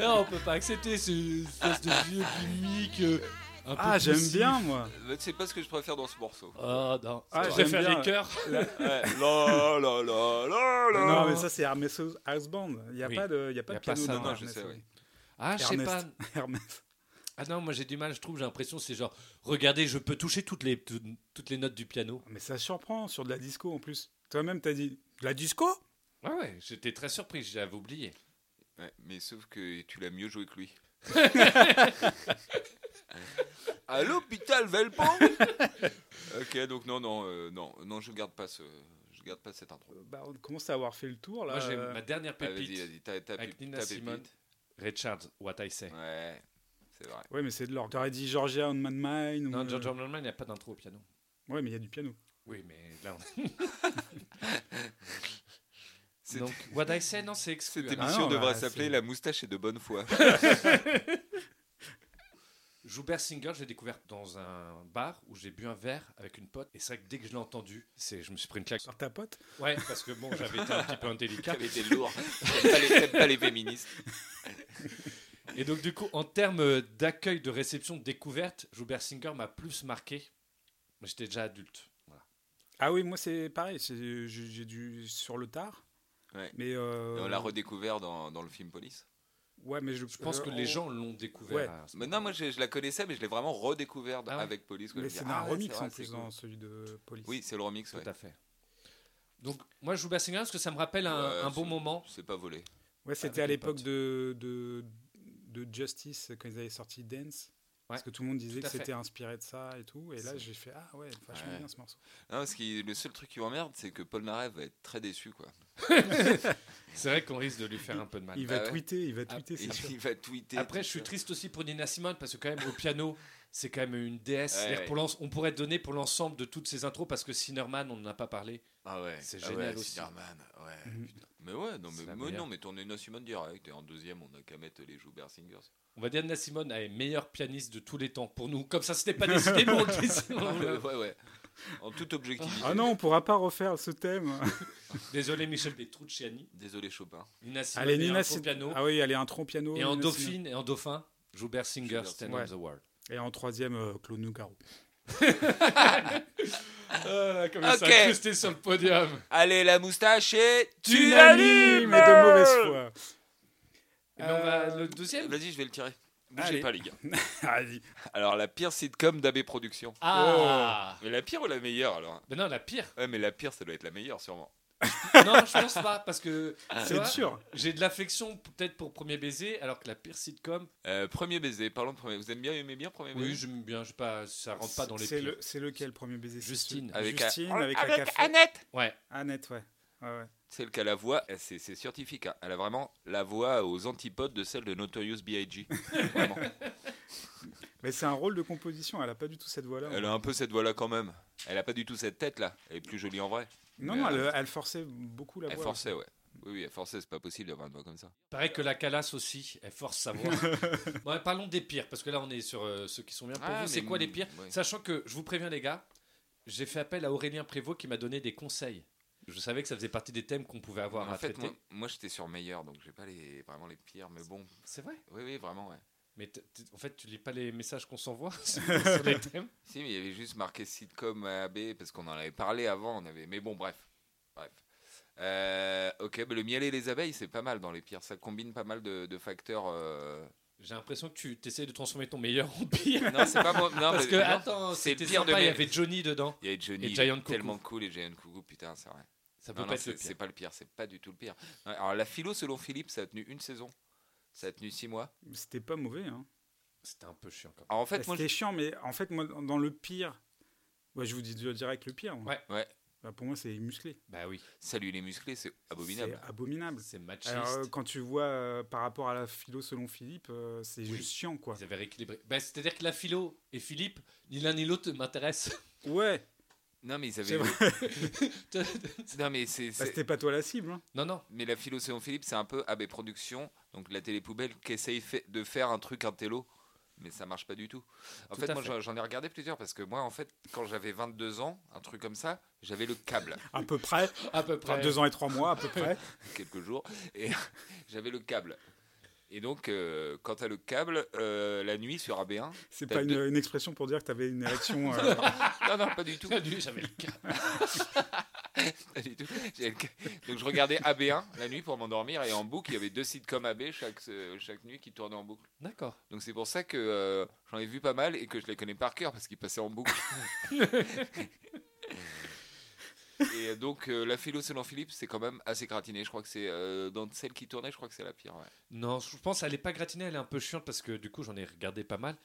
Non, on peut pas accepter ce cette espèce de vieux gimmick. euh, un peu
Ah, j'aime
poussif.
bien moi.
Euh, C'est pas ce que je préfère dans ce morceau.
Oh non.
Ah,
je
j'aime
préfère
bien.
les cœurs.
Ouais, la la la la la.
Non, mais ça, c'est Hermes House Band. Il n'y a
Oui.
pas de, il y a pas
Il y
de
a pas
piano
ça,
dans
non,
Hermes.
je sais, oui.
Ah, je sais
Ernest.
pas.
[LAUGHS] Hermes.
Ah non, moi j'ai du mal, je trouve, j'ai l'impression, c'est genre, regardez, je peux toucher toutes les, tout- toutes les notes du piano.
Mais ça surprend sur de la disco en plus. Toi-même, t'as dit de la disco
Ouais, ouais, j'étais très surpris, j'avais oublié.
Ouais, mais sauf que tu l'as mieux joué que [LAUGHS] lui. À l'hôpital Velpan Ok, donc non, non, euh, non, non, je garde pas ce. je je garde pas cette intro.
Bah, on commence à avoir fait le tour là.
Moi, j'ai
Euh,
ma dernière
Ah, vas-y,
pépite
vas-y, ta, ta
avec
pép-
Nina
ta
Simone.
pépite.
Richard, What I Say.
Ouais, c'est vrai.
Ouais, mais c'est de l'orgue. T'aurais dit Georgia on Man Mine. ou,
Non,
euh,
George Orwell, il n'y a pas d'intro au piano.
Ouais, mais il y a du piano.
Oui, mais là, on...
C'était-
donc What I Say, non, c'est exclu.
Cette
alors.
Ah
émission
non, bah,
devra
c'est-
s'appeler La moustache est de bonne
[LAUGHS]
foi.
Joubert Singer, j'ai découvert dans un bar où j'ai bu un verre avec une pote. Et c'est vrai que dès que je l'ai entendu, c'est, je me suis pris une claque.
Par ta pote.
Ouais, parce que bon, j'avais été un petit peu indélicat.
J'avais été lourd. J'aime pas les- j'aime pas les féministes.
Et donc, du coup, en termes d'accueil, de réception, de découverte, Joubert Singer m'a plus marqué. Moi, J'étais déjà adulte. Voilà.
Ah oui, moi c'est pareil. c'est- J'ai j'ai dû sur le tard.
Ouais.
Mais
Et
euh,
on l'a redécouvert dans, dans le film Police.
Ouais, mais je,
Je pense que
euh,
les
on-
gens l'ont
Ouais.
découvert. à ce moment-là.
Maintenant, moi, je, je la connaissais, mais je l'ai vraiment redécouvert
Ah ouais.
avec Police. quoi.
Mais
Je
c'est
dis,
dans un
ah ouais,
remix
c'est vrai,
en
c'est
plus
cool.
dans celui de Police.
Oui, c'est le remix. ouais.
Tout à fait. Donc, moi, Joubert Singer, parce que ça me rappelle un,
Ouais,
un bon
c'est-
moment.
C'est pas volé.
Ouais, c'était à
avec les
l'époque
potes.
de, de, de Justice quand ils avaient sorti Dance. Parce
Ouais,
que tout le monde disait
tout à
que
fait.
c'était inspiré de ça et tout. Et là,
C'est-
j'ai fait Ah ouais, vachement
Ouais.
bien ce morceau.
Non, parce que le seul truc qui m'emmerde, c'est que Paul Narev va être très déçu. Quoi.
C'est vrai qu'on risque de lui faire un peu de mal.
Il va
bah ouais.
tweeter, il va
Ah,
tweeter,
Et
c'est sûr.
il va tweeter.
Après,
tout
je suis
ça.
triste aussi pour Nina Simone parce que quand même au piano, c'est quand même une déesse.
Ouais,
C'est-à-dire
ouais.
pour l'en- on pourrait donner pour l'ensemble de toutes ces intros parce que Sinnerman, on n'en a pas parlé.
Ah ouais.
C'est
ah
génial
ouais,
aussi.
Spider-Man, ouais.
Mhm.
Mais ouais, non,
C'est
mais,
la
mais
meilleure.
non, mais tourner Nina Simone direct. Et en deuxième, on a qu'à mettre les Joubert Singers.
On va dire Nina Simone est meilleure pianiste de tous les temps pour nous. Comme ça, c'était pas [LAUGHS] décidé, Ah, mais on le
[LAUGHS]
décide.
ouais, Euh, ouais, ouais. En toute objectivité.
Ah non, on pourra pas refaire ce thème.
Désolé, Michel Petrucciani.
Ah.
Désolé, Chopin.
Nina Simone
Allez,
est
Nina,
un faux
c'est
piano.
Ah oui, allez, un tronc piano.
et en
Nina Simone.
dauphine et en dauphin, Joubert Singer,
Joubert
Stand
Singer.
on the World.
Et en troisième, euh, Claude Nougaro.
Ah, comme
il
il
s'est Ok.
s'est
incrusté
sur le podium.
Allez, la moustache est
Unanime
unanime
et de mauvaise foi.
Mais Eh ben, on va
Euh, ah,
le deuxième.
Vas-y, je vais le tirer. Bougez
Allez.
pas, les gars.
Allez.
Alors, la pire sitcom d'AB Productions.
Ah.
Mais la pire ou la meilleure, alors
Ben non, la pire.
Ouais, mais la pire, ça doit être la meilleure, sûrement.
Non, je pense pas parce que Ah, tu
c'est
vois,
sûr.
J'ai de l'affection peut-être pour Premier Baiser, alors que la pire sitcom.
Euh, premier baiser, parlons de premier. Vous aimez bien, aimez bien premier baiser
Oui, j'aime bien, je sais pas, ça rentre pas dans les
C'est
pires.
le- C'est lequel, premier baiser c'est
Justine.
celui-
Avec
Justine,
la-
avec, la café.
Annette
Ouais,
Annette, ouais. Ouais, ouais.
Celle qu'elle a la voix, elle, c'est c'est scientifique. hein. Elle a vraiment la voix aux antipodes de celle de Notorious
[LAUGHS]
B.I.G. Vraiment.
Mais c'est un rôle de composition, elle a pas du tout cette voix-là.
Elle a un peu cette voix-là quand même. Elle a pas du tout cette tête-là. Elle est plus jolie en vrai.
Non,
Mais
non,
elle-
elle, elle forçait beaucoup la
Elle
voix.
forçait, ouais. Oui, oui, elle forçait, c'est pas possible d'avoir une voix comme ça.
pareil que la calasse aussi, elle force sa
[LAUGHS]
voix. bon, ouais, parlons des pires, parce que là on est sur euh, ceux qui sont bien. Pour
Ah,
vous, c'est
mais
quoi les
mm,
pires
ouais.
Sachant que, je vous préviens les gars, j'ai fait appel à Aurélien Prévost qui m'a donné des conseils. Je savais que ça faisait partie des thèmes qu'on pouvait avoir
en
à
fait,
traiter.
moi, moi, j'étais sur meilleur, donc j'ai pas les, vraiment les pires, mais bon.
C'est vrai
Oui, oui, vraiment, ouais.
Mais t- t- en fait, tu lis pas les messages qu'on s'envoie [LAUGHS] sur sur les thèmes
Si, mais il y avait juste marqué sitcom AB parce qu'on en avait parlé avant. On avait... Mais bon, bref. bref. Euh, ok, mais le miel et les abeilles, c'est pas mal dans les pires. Ça combine pas mal de, de facteurs. euh.
J'ai l'impression que tu essayes de transformer ton meilleur en pire.
Non, c'est
[LAUGHS]
pas moi. Non,
parce
mais-
que,
non.
attends,
c'est le
c'était
pire
sympa,
de
il y
mes-
avait Johnny dedans.
Il y a Johnny,
Et
il
Giant
est
Coucou.
tellement cool et Giant Coucou, putain, c'est vrai.
Ça peut
Non,
pas
non,
être le
c'est
pire.
c'est pas le pire, c'est pas du tout le pire. Ouais, Alors, la philo, selon Philippe, ça a tenu une saison. Ça a tenu six mois.
C'était pas mauvais. Hein. Bah,
C'était un peu chiant quand même.
Alors, en fait, moi,
C'était chiant, mais en fait, moi, dans le pire, ouais, je vous dis direct le pire. moi.
Ouais.
Bah, pour moi, c'est musclé.
Bah oui,
je- Salut les musclés, c'est abominable.
C'est abominable.
c'est machiste.
Alors, euh, quand tu vois euh, par rapport à la philo selon Philippe, euh, c'est
Oui.
juste chiant, quoi.
Ils avaient rééquilibré. Bah, C'est-à-dire que la philo et Philippe, ni l'un ni l'autre m'intéressent. [LAUGHS]
Ouais, bah,
Non, mais ils
c'est
avaient.
vrai.
[LAUGHS] Non, mais c'est.
Bah,
c'est-
c'était pas toi la cible. hein.
non, non.
Mais la philo selon Philippe, c'est un peu AB Productions, donc la télépoubelle qui essaye fait- de faire un truc intello, mais ça marche pas du tout. En
Tout
fait,
à
moi
fait.
j'en- j'en ai regardé plusieurs parce que moi, en fait, quand j'avais 22 ans, un truc comme ça, j'avais le câble, [LAUGHS]
À peu près.
À peu près. [LAUGHS]
Enfin, deux ans et trois mois, à peu près.
quelques jours, et [LAUGHS] j'avais le câble. Et donc, euh, quand t'as le câble, euh, la nuit sur AB1,
C'est
T'as
pas une,
deux-
une expression pour dire que t'avais une érection. euh,
[LAUGHS] non, non, pas du tout,
J'avais le cas.
pas du tout. J'avais le câble. Donc je regardais AB1 la nuit pour m'endormir, et en boucle, il y avait deux sitcoms AB chaque, euh, chaque nuit qui tournaient en boucle.
D'accord.
Donc c'est pour ça que euh, j'en ai vu pas mal et que je les connais par cœur parce qu'ils passaient en [LAUGHS] boucle. et donc euh, la philo selon Philippe, c'est quand même assez gratiné. Je crois que c'est euh, dans celle qui tournait, je crois que c'est la pire. ouais.
Non, je pense qu'elle est pas gratinée, elle est un peu chiante parce que du coup, j'en ai regardé pas mal.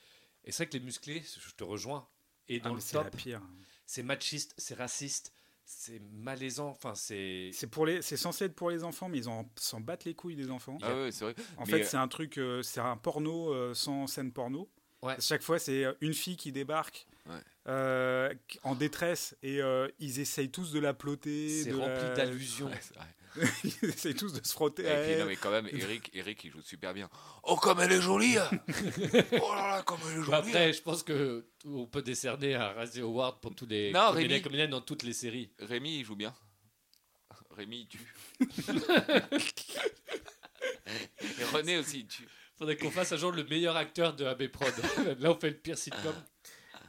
Et c'est vrai que les musclés, je te rejoins. Et
ah,
dans
mais
le
c'est la
top,
pire.
c'est machiste, c'est raciste, c'est malaisant. Enfin, c'est.
C'est pour les, c'est censé être pour les enfants, mais ils en- s'en battent les couilles des enfants.
Ah ouais, c'est vrai.
En
Mais,
fait,
euh,
c'est un truc, euh, c'est un porno euh, sans scène porno.
Ouais.
À Chaque fois, c'est euh, une fille qui débarque
Ouais.
euh, qui- en détresse et euh, ils essayent tous de la ploter.
C'est
de
rempli
la-
d'allusions.
ouais, c'est vrai.
[LAUGHS] ils essayent tous de se frotter.
Et
à
puis, non,
elle.
mais quand même, Eric, Eric, il joue super bien. Oh, comme elle est jolie [LAUGHS] hein. Oh là là, comme elle est
Bah
jolie
après, je pense que t- on peut décerner un Razzie Award pour tous les
Non,
comédiens
Rémi.
comédiennes dans toutes les séries.
Rémi, il joue bien. Rémi, il
[LAUGHS]
tue. Et René aussi, il tue.
Faudrait qu'on fasse un jour le meilleur acteur de AB Prod. [LAUGHS] Là, on fait le pire sitcom.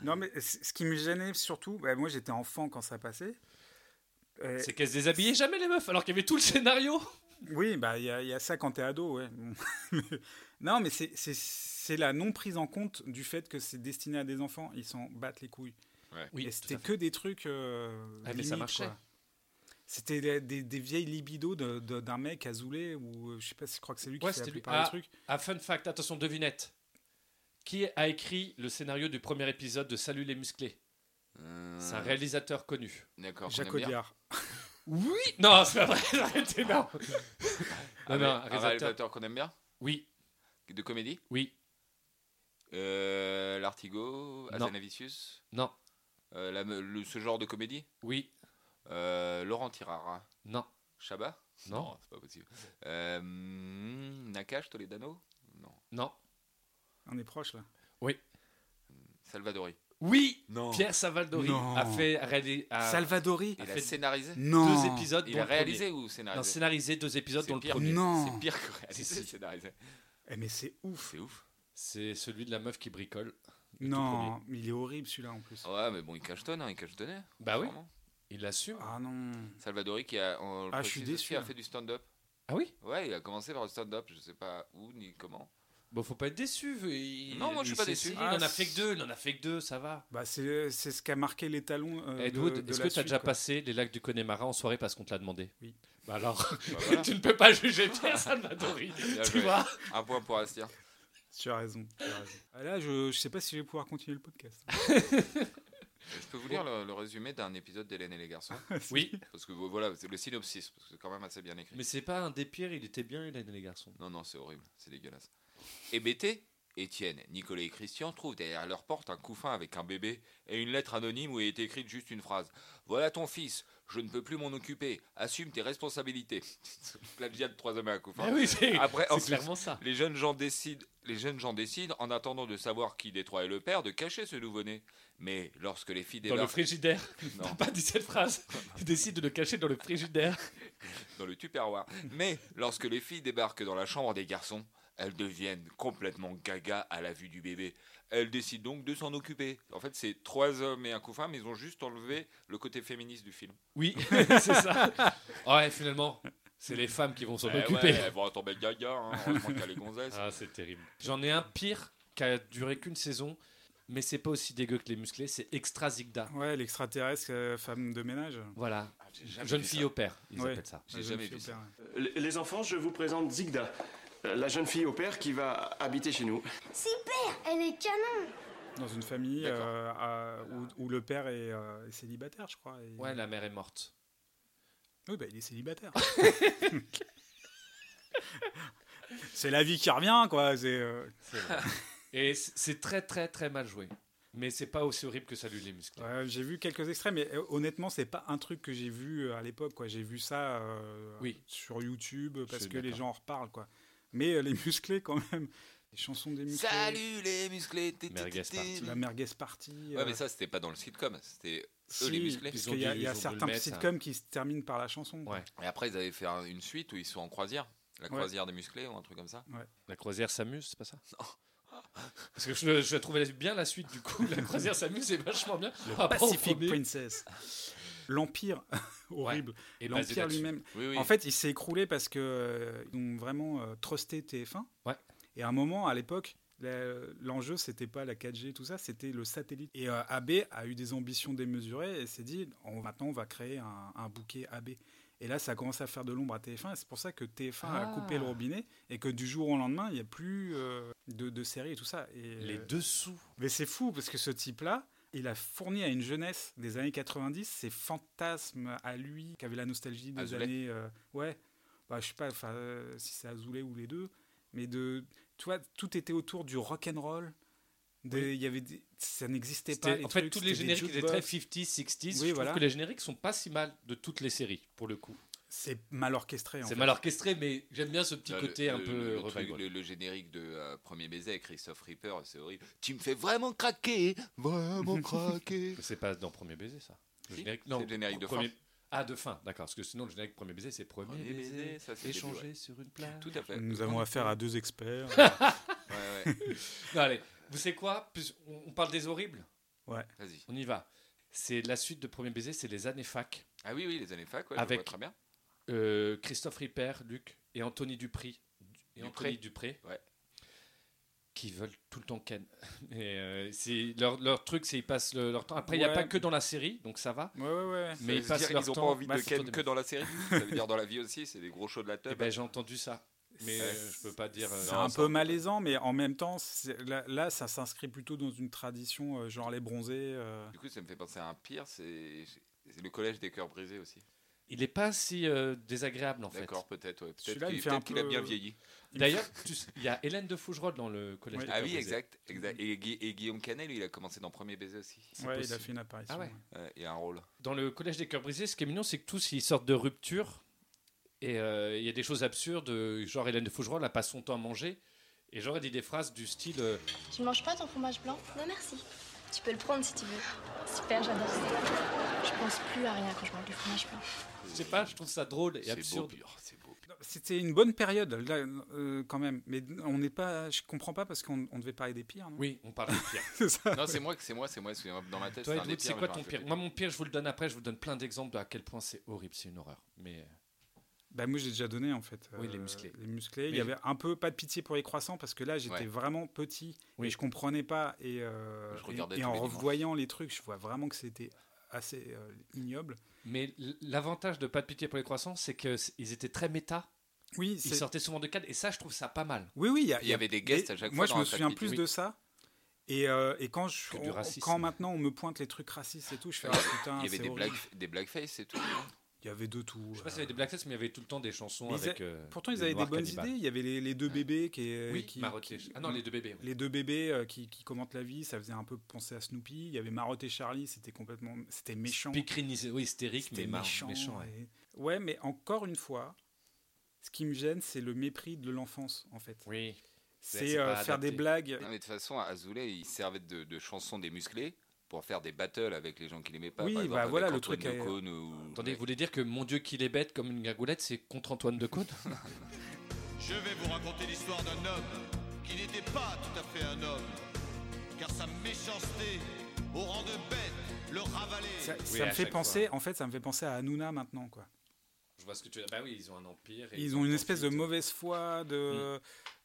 Non, mais c- ce qui me gênait surtout, bah, moi j'étais enfant quand ça passait. Euh,
C'est qu'elles se déshabillaient jamais les meufs, alors qu'il y avait tout le scénario.
Oui, bah il y, a- il y a ça quand t'es ado, ouais. Bon. [LAUGHS] non, mais c'est- c'est c'est la non prise en compte du fait que c'est destiné à des enfants. Ils s'en battent les couilles. et c'était que des trucs. euh,
Ah, mais ça
limites,
marchait.
quoi. C'était des, des- des vieilles libidos de- de- d'un mec azoulé ou euh, je sais pas si je crois que c'est lui
Ouais,
qui fait la
c'était lui.
plupart des
Ah.
trucs.
Ah, fun fact, attention, devinette. Qui a écrit le scénario du premier épisode de Salut les musclés C'est
Ah.
un réalisateur connu.
D'accord. qu'on
Jacques
aime bien.
Audiard.
Oui Non, c'est pas vrai, [LAUGHS] arrêtez, non
Ah,
Non,
mais
non,
un réalisateur qu'on aime bien
Oui,
De comédie
oui,
Euh, L'Artigo,
Non.
Azanavicius
non,
euh, la me- le- Ce genre de comédie
oui,
Euh, Laurent Tirard
non,
Chabat
non,
c'est pas possible. Euh, hmm, Nakache, Toledano Non.
non.
On est proche là.
Salvadori
Oui
Non.
Oh. Pierre Savaldori
Non.
a fait réali- a
Salvadori.
a
Il a
fait
scénarisé
Non.
Ah. deux épisodes.
Il
dont
a
le
réalisé ou
premier. Non,
scénarisé
scénarisé deux épisodes,
C'est
dont le
pire.
premier.
Non.
C'est pire que réalisé,
Si, si.
scénarisé.
Eh, mais c'est ouf.
C'est ouf.
C'est celui de la meuf qui bricole.
Non, mais il est horrible celui-là en plus.
Ouais, mais bon, il cachetonne, hein, il cachetonnait.
Bah oui,
Vraiment.
il l'assume.
Ah non.
Salvadori qui a, on le
Ah, je suis
précise aussi,
déçu,
a
là.
fait du stand-up.
Ah oui
Ouais, il a commencé par le stand-up, je sais pas où ni
[LAUGHS]
comment.
Bon, faut pas être déçu. il-
Non, moi, je suis
il
pas
s'est
déçu.
essayé,
Ah,
il en a
c'est-
fait que deux, il en a fait que deux, ça va.
Bah, c'est c'est ce qui a marqué les talons. euh, de-
Edwood,
de
est-ce que
la
tu as
suite,
déjà
quoi.
passé les lacs du Connemara en soirée parce qu'on te l'a demandé
Oui.
Bah Ah, bah, alors,
Bah,
[LAUGHS]
voilà.
tu ne peux pas juger Pierre Salvadori.
Bien
[LAUGHS] tu
joué.
vois
Un point pour Astia.
Tu as raison. tu as raison. Ah, là, je, je sais pas si je vais pouvoir continuer le podcast.
Je peux vous lire le, le résumé d'un épisode d'Hélène et les
[LAUGHS]
garçons
Oui,
Parce que voilà, c'est le synopsis, parce que c'est quand même assez bien écrit.
mais c'est pas un des pires, il était bien, il a les garçons.
Non, non, c'est horrible, c'est dégueulasse. Et BT, Étienne, Nicolas et Christian trouvent derrière leur porte un couffin avec un bébé et une lettre anonyme où est écrite juste une phrase Voilà ton fils, je ne peux plus m'en occuper, assume tes responsabilités. [LAUGHS] Plagiat de trois hommes à un couffin.
Ah oui, c'est
Après, en
c'est
plus,
clairement ça.
les jeunes, gens décident, les jeunes gens décident, en attendant de savoir qui des trois est le père, de cacher ce nouveau-né. Mais lorsque les filles
Dans le
débarquent
frigidaire. [LAUGHS]
Non.
T'as pas dit cette phrase. Tu décides de le cacher dans le frigidaire.
dans le tupperware. Mais lorsque les filles débarquent dans la chambre des garçons, elles deviennent complètement gaga à la vue du bébé. Elles décident donc de s'en occuper. En fait, c'est trois hommes et un couffin, mais ils ont juste enlevé le côté féministe du film.
Oui, [LAUGHS] c'est ça. Ouais, finalement, c'est les femmes qui vont s'en
Eh
occuper.
ouais, elles vont tomber gaga, hein, heureusement qu'il y a les gonzesses.
Ah, c'est terrible. J'en ai un pire qui a duré qu'une saison, mais c'est pas aussi dégueu que les musclés, c'est Extra Zigda.
[LAUGHS] Ouais, l'extraterrestre, euh, femme de ménage.
Voilà,
J'ai jamais
jeune
vu
fille
ça.
au père, ils
Ouais.
appellent ça.
J'ai
La jeune
jamais
fille
vu
au
ça.
père.
Les les enfants, je vous présente Zigda, euh, la jeune fille au père qui va habiter chez nous.
Elle est canon
Dans une famille
D'accord.
euh, à- où, où le père est euh, est célibataire, je crois. et-
Ouais, la mère est morte.
Oui, bah, il est [LAUGHS] célibataire. c'est la vie qui revient, quoi. C'est, euh,
Et c- c'est très très très mal joué. Mais c'est pas aussi horrible que Salut les musclés.
ouais, j'ai vu quelques extraits, mais euh, honnêtement, c'est pas un truc que j'ai vu euh, à l'époque, quoi. J'ai vu ça euh,
Oui.
sur YouTube parce
suis
que les
d'accord.
gens en reparlent, quoi. Mais euh, les [LAUGHS] musclés, quand même. Les chansons des musclés.
Salut les musclés ti, ti,
Merguez
ti, ti.
party.
La merguez partie. euh,
Ouais, mais ça, c'était pas dans le sitcom. C'était eux, les musclés.
Parce qu'il y a, il y
Ils ont dû- ils
a
ont dû le
certains
mettre, hein.
sitcoms qui se terminent par la chanson.
Ouais.
Et après, ils avaient fait un- une suite où ils sont en croisière. La
Ouais.
croisière des musclés ou un truc comme ça.
La croisière s'amuse, c'est pas ça Parce que je, je trouvais bien la suite du coup. La croisière s'amuse, c'est vachement bien. Ah, pas au
Pacific
premier. [LAUGHS]
Oh, Princess. L'Empire, [LAUGHS] horrible.
Et basé
L'Empire
là-dessus.
lui-même.
Oui, oui.
En fait, il s'est écroulé parce que euh, ils ont vraiment euh, trusté TF1.
Ouais.
Et à un moment, à l'époque, la- l'enjeu, c'était pas la 4G, tout ça, c'était le satellite. Et euh, AB a eu des ambitions démesurées et s'est dit, on, maintenant, on va créer un, un bouquet AB. Et là, ça a commencé à faire de l'ombre à TF1. et C'est pour ça que TF1 a
Ah.
coupé le robinet et que du jour au lendemain, il n'y a plus euh, de, de séries et tout ça. Et,
Les
euh,
dessous.
mais c'est fou parce que ce type-là, il a fourni à une jeunesse des années 90 ses fantasmes à lui, qui avait la nostalgie des
Azoulay.
années. euh, ouais, bah, je sais pas enfin, euh, si c'est Azoulay ou les deux, mais de, tu vois, tout était autour du rock and roll. Des- il y avait des- ça n'existait pas.
C'était- En fait,
trucs,
tous les
c'était des
génériques étaient très
jukebox.
50s, 60s.
Oui,
je trouve
voilà.
que les génériques sont pas si mal de toutes les séries, pour le coup.
C'est mal orchestré. en
C'est
fait.
mal orchestré, mais j'aime bien ce petit
Là, Bah, le-
côté un
le-
peu
le, truc-
revival.
le- le générique de euh, Premier baiser avec Christophe Reaper, c'est horrible. Tu me fais vraiment craquer, vraiment craquer.
[LAUGHS] Mais C'est pas dans Premier baiser, ça. Le
Si,
générique,
c'est le générique de
premier-
fin.
Ah, de fin, d'accord. Parce que sinon, le générique Premier baiser, c'est Premier,
Premier
baiser,
baiser, ça, c'est le début,
échangé sur une plage.
Tout à fait.
Nous avons affaire à
[LAUGHS]
deux experts.
Ouais, ouais.
Non, allez, vous savez quoi Puis on- On parle des horribles.
Vas-y.
On y va. C'est la suite de Premier baiser, c'est les années fac.
Ah oui, oui, les années fac, ouais, je
Avec-
vois très bien.
Euh, Christophe Ripper, Luc et Anthony Dupri. Et
Dupré.
Anthony Dupré.
Ouais.
Qui veulent tout le temps Ken. [LAUGHS] Et euh, c'est- leur, leur truc, c'est ils passent le- leur temps. Après, il n'y a
Ouais.
pas que dans la série, donc ça va.
Ouais, ouais, ouais.
Mais ils
Ça veut
passent
dire
leur
qu'ils ont pas
temps.
envie
bah,
de
c'est
autour
Ken
des
que dans la série. Ça veut dire dans la vie aussi, c'est des gros shows de la
Eh
teub.
ben, j'ai entendu ça. Mais
C'est-
euh, je peux pas dire. euh,
C'est
Non,
un
ça,
peu
on peut-
malaisant, mais en même temps, c'est- là, là, ça s'inscrit plutôt dans une tradition euh, genre les bronzés. euh.
Du coup, ça me fait penser à un pire, c'est c'est le collège des cœurs brisés aussi.
Il n'est pas si euh, désagréable en fait.
D'accord, peut-être. ouais. Peut-être
Celui-là, il
qu'il
me fait un
peut-être qu'il a
peu-
bien vieilli.
D'ailleurs, tu sais, il y a Hélène de Fougerolles dans le collège.
Oui.
des
Ah oui,
Corbusiers.
exact. exact. Et, Gui- et Guillaume Canet, lui, il a commencé dans Premier baiser aussi.
Ouais, il a
possible.
fait une apparition.
Ah ouais.
Ouais, il a un rôle.
Dans le collège des cœurs brisés, ce qui est mignon, c'est que tous ils sortent de rupture et euh, il y a des choses absurdes. euh, Genre Hélène de Fougerolles, elle passe son temps à manger et j'aurais dit des phrases du style euh,
Tu manges pas ton fromage blanc
Non, Bah, merci. Tu peux le prendre si tu veux.
Super, j'adore ça. Je pense plus à rien quand je mange du fromage blanc.
Je sais pas, je trouve ça drôle et
C'est beau,
absurde.
pur, c'est beau. pur.
Non, C'était une bonne période, là, euh, quand même. Mais on n'est pas. Je comprends pas parce qu'on on devait parler des pires. non
Oui, on parle de
[LAUGHS]
pire.
[LAUGHS] C'est ça.
Non, c'est moi, que- c'est moi, c'est moi. excusez-moi, Dans ma tête,
Toi,
c'est un
Edwin,
des
c'est
pires. mais
quoi
je me
ton
rappelle
pire Moi, mon pire, je vous le donne après, je vous donne plein d'exemples de à quel point c'est horrible, c'est une horreur. Mais euh,
Bah, moi, j'ai déjà donné, en fait. euh,
Oui, les musclés.
Les musclés. Il
Mais-
y avait un peu pas de pitié pour les croissants parce que là, j'étais
Ouais.
vraiment petit
Oui.
et je comprenais pas. Et, euh,
Je
et-
regardais
et
tous
en
les dimanches.
revoyant les trucs, je vois vraiment que c'était assez euh, ignoble.
mais l- l'avantage de pas de pitié pour les croissants, c'est que c- ils étaient très méta.
Oui,
Ils
c'est-
sortaient souvent de cadre et ça, je trouve ça pas mal.
Oui, oui,
Il y avait des guests à chaque
moi,
fois
Moi,
dans
je me
un
souviens
tapis,
plus
oui.
de ça. Et, euh, et quand, je,
Que du
on-
racisme.
quand maintenant on me pointe les trucs racistes et tout, je fais ah, putain,
Il y avait
c'est
des,
horrible.
blague, des blackface et tout.
Il y avait de tout.
Je sais pas
euh.
s'il y avait des blackface, mais il y avait tout le temps des chansons
Mais ils
avec. euh,
Pourtant, ils
des
avaient des
Noirs
bonnes
cannibales.
idées. Il y avait les, les deux bébés qui, euh,
Oui,
qui-
Marotte et-
qui-
Ah non, les deux bébés. oui.
les deux bébés euh, qui, qui commentent la vie. Ça faisait un peu penser à Snoopy. Il y avait Marotte et Charlie. C'était complètement, c'était méchant.
Picrine, is- oui, hystérique, mais
C'était
marrant, méchant. ouais.
et- ouais, mais encore une fois, ce qui me gêne, c'est le mépris de l'enfance, en fait.
Oui. c'est
C'est
pas
euh, faire des
adapté. Ah
blagues.
Non, mais de toute façon, Azoulay, il servait de, de chansons des musclés pour faire des battles avec les gens qu'il aimait pas.
Oui,
par exemple,
bah voilà,
avec
le
Antoine
truc à-
Decaune ou-
Attendez, vous voulez dire que mon Dieu qu'il est bête comme une gargoulette, c'est contre Antoine de
[LAUGHS]
Côte
Je vais vous raconter l'histoire d'un homme qui n'était pas tout à fait un homme, car sa méchanceté, au rang de bête, le ravalait.
Ça, ça
à
me fait
chaque
penser, en fait, ça me fait penser à Hanouna maintenant, quoi.
Je vois ce que tu veux dire. Bah oui, ils ont un empire. et
Ils ont une espèce de
ensuite,
mauvaise foi, de,
Mm.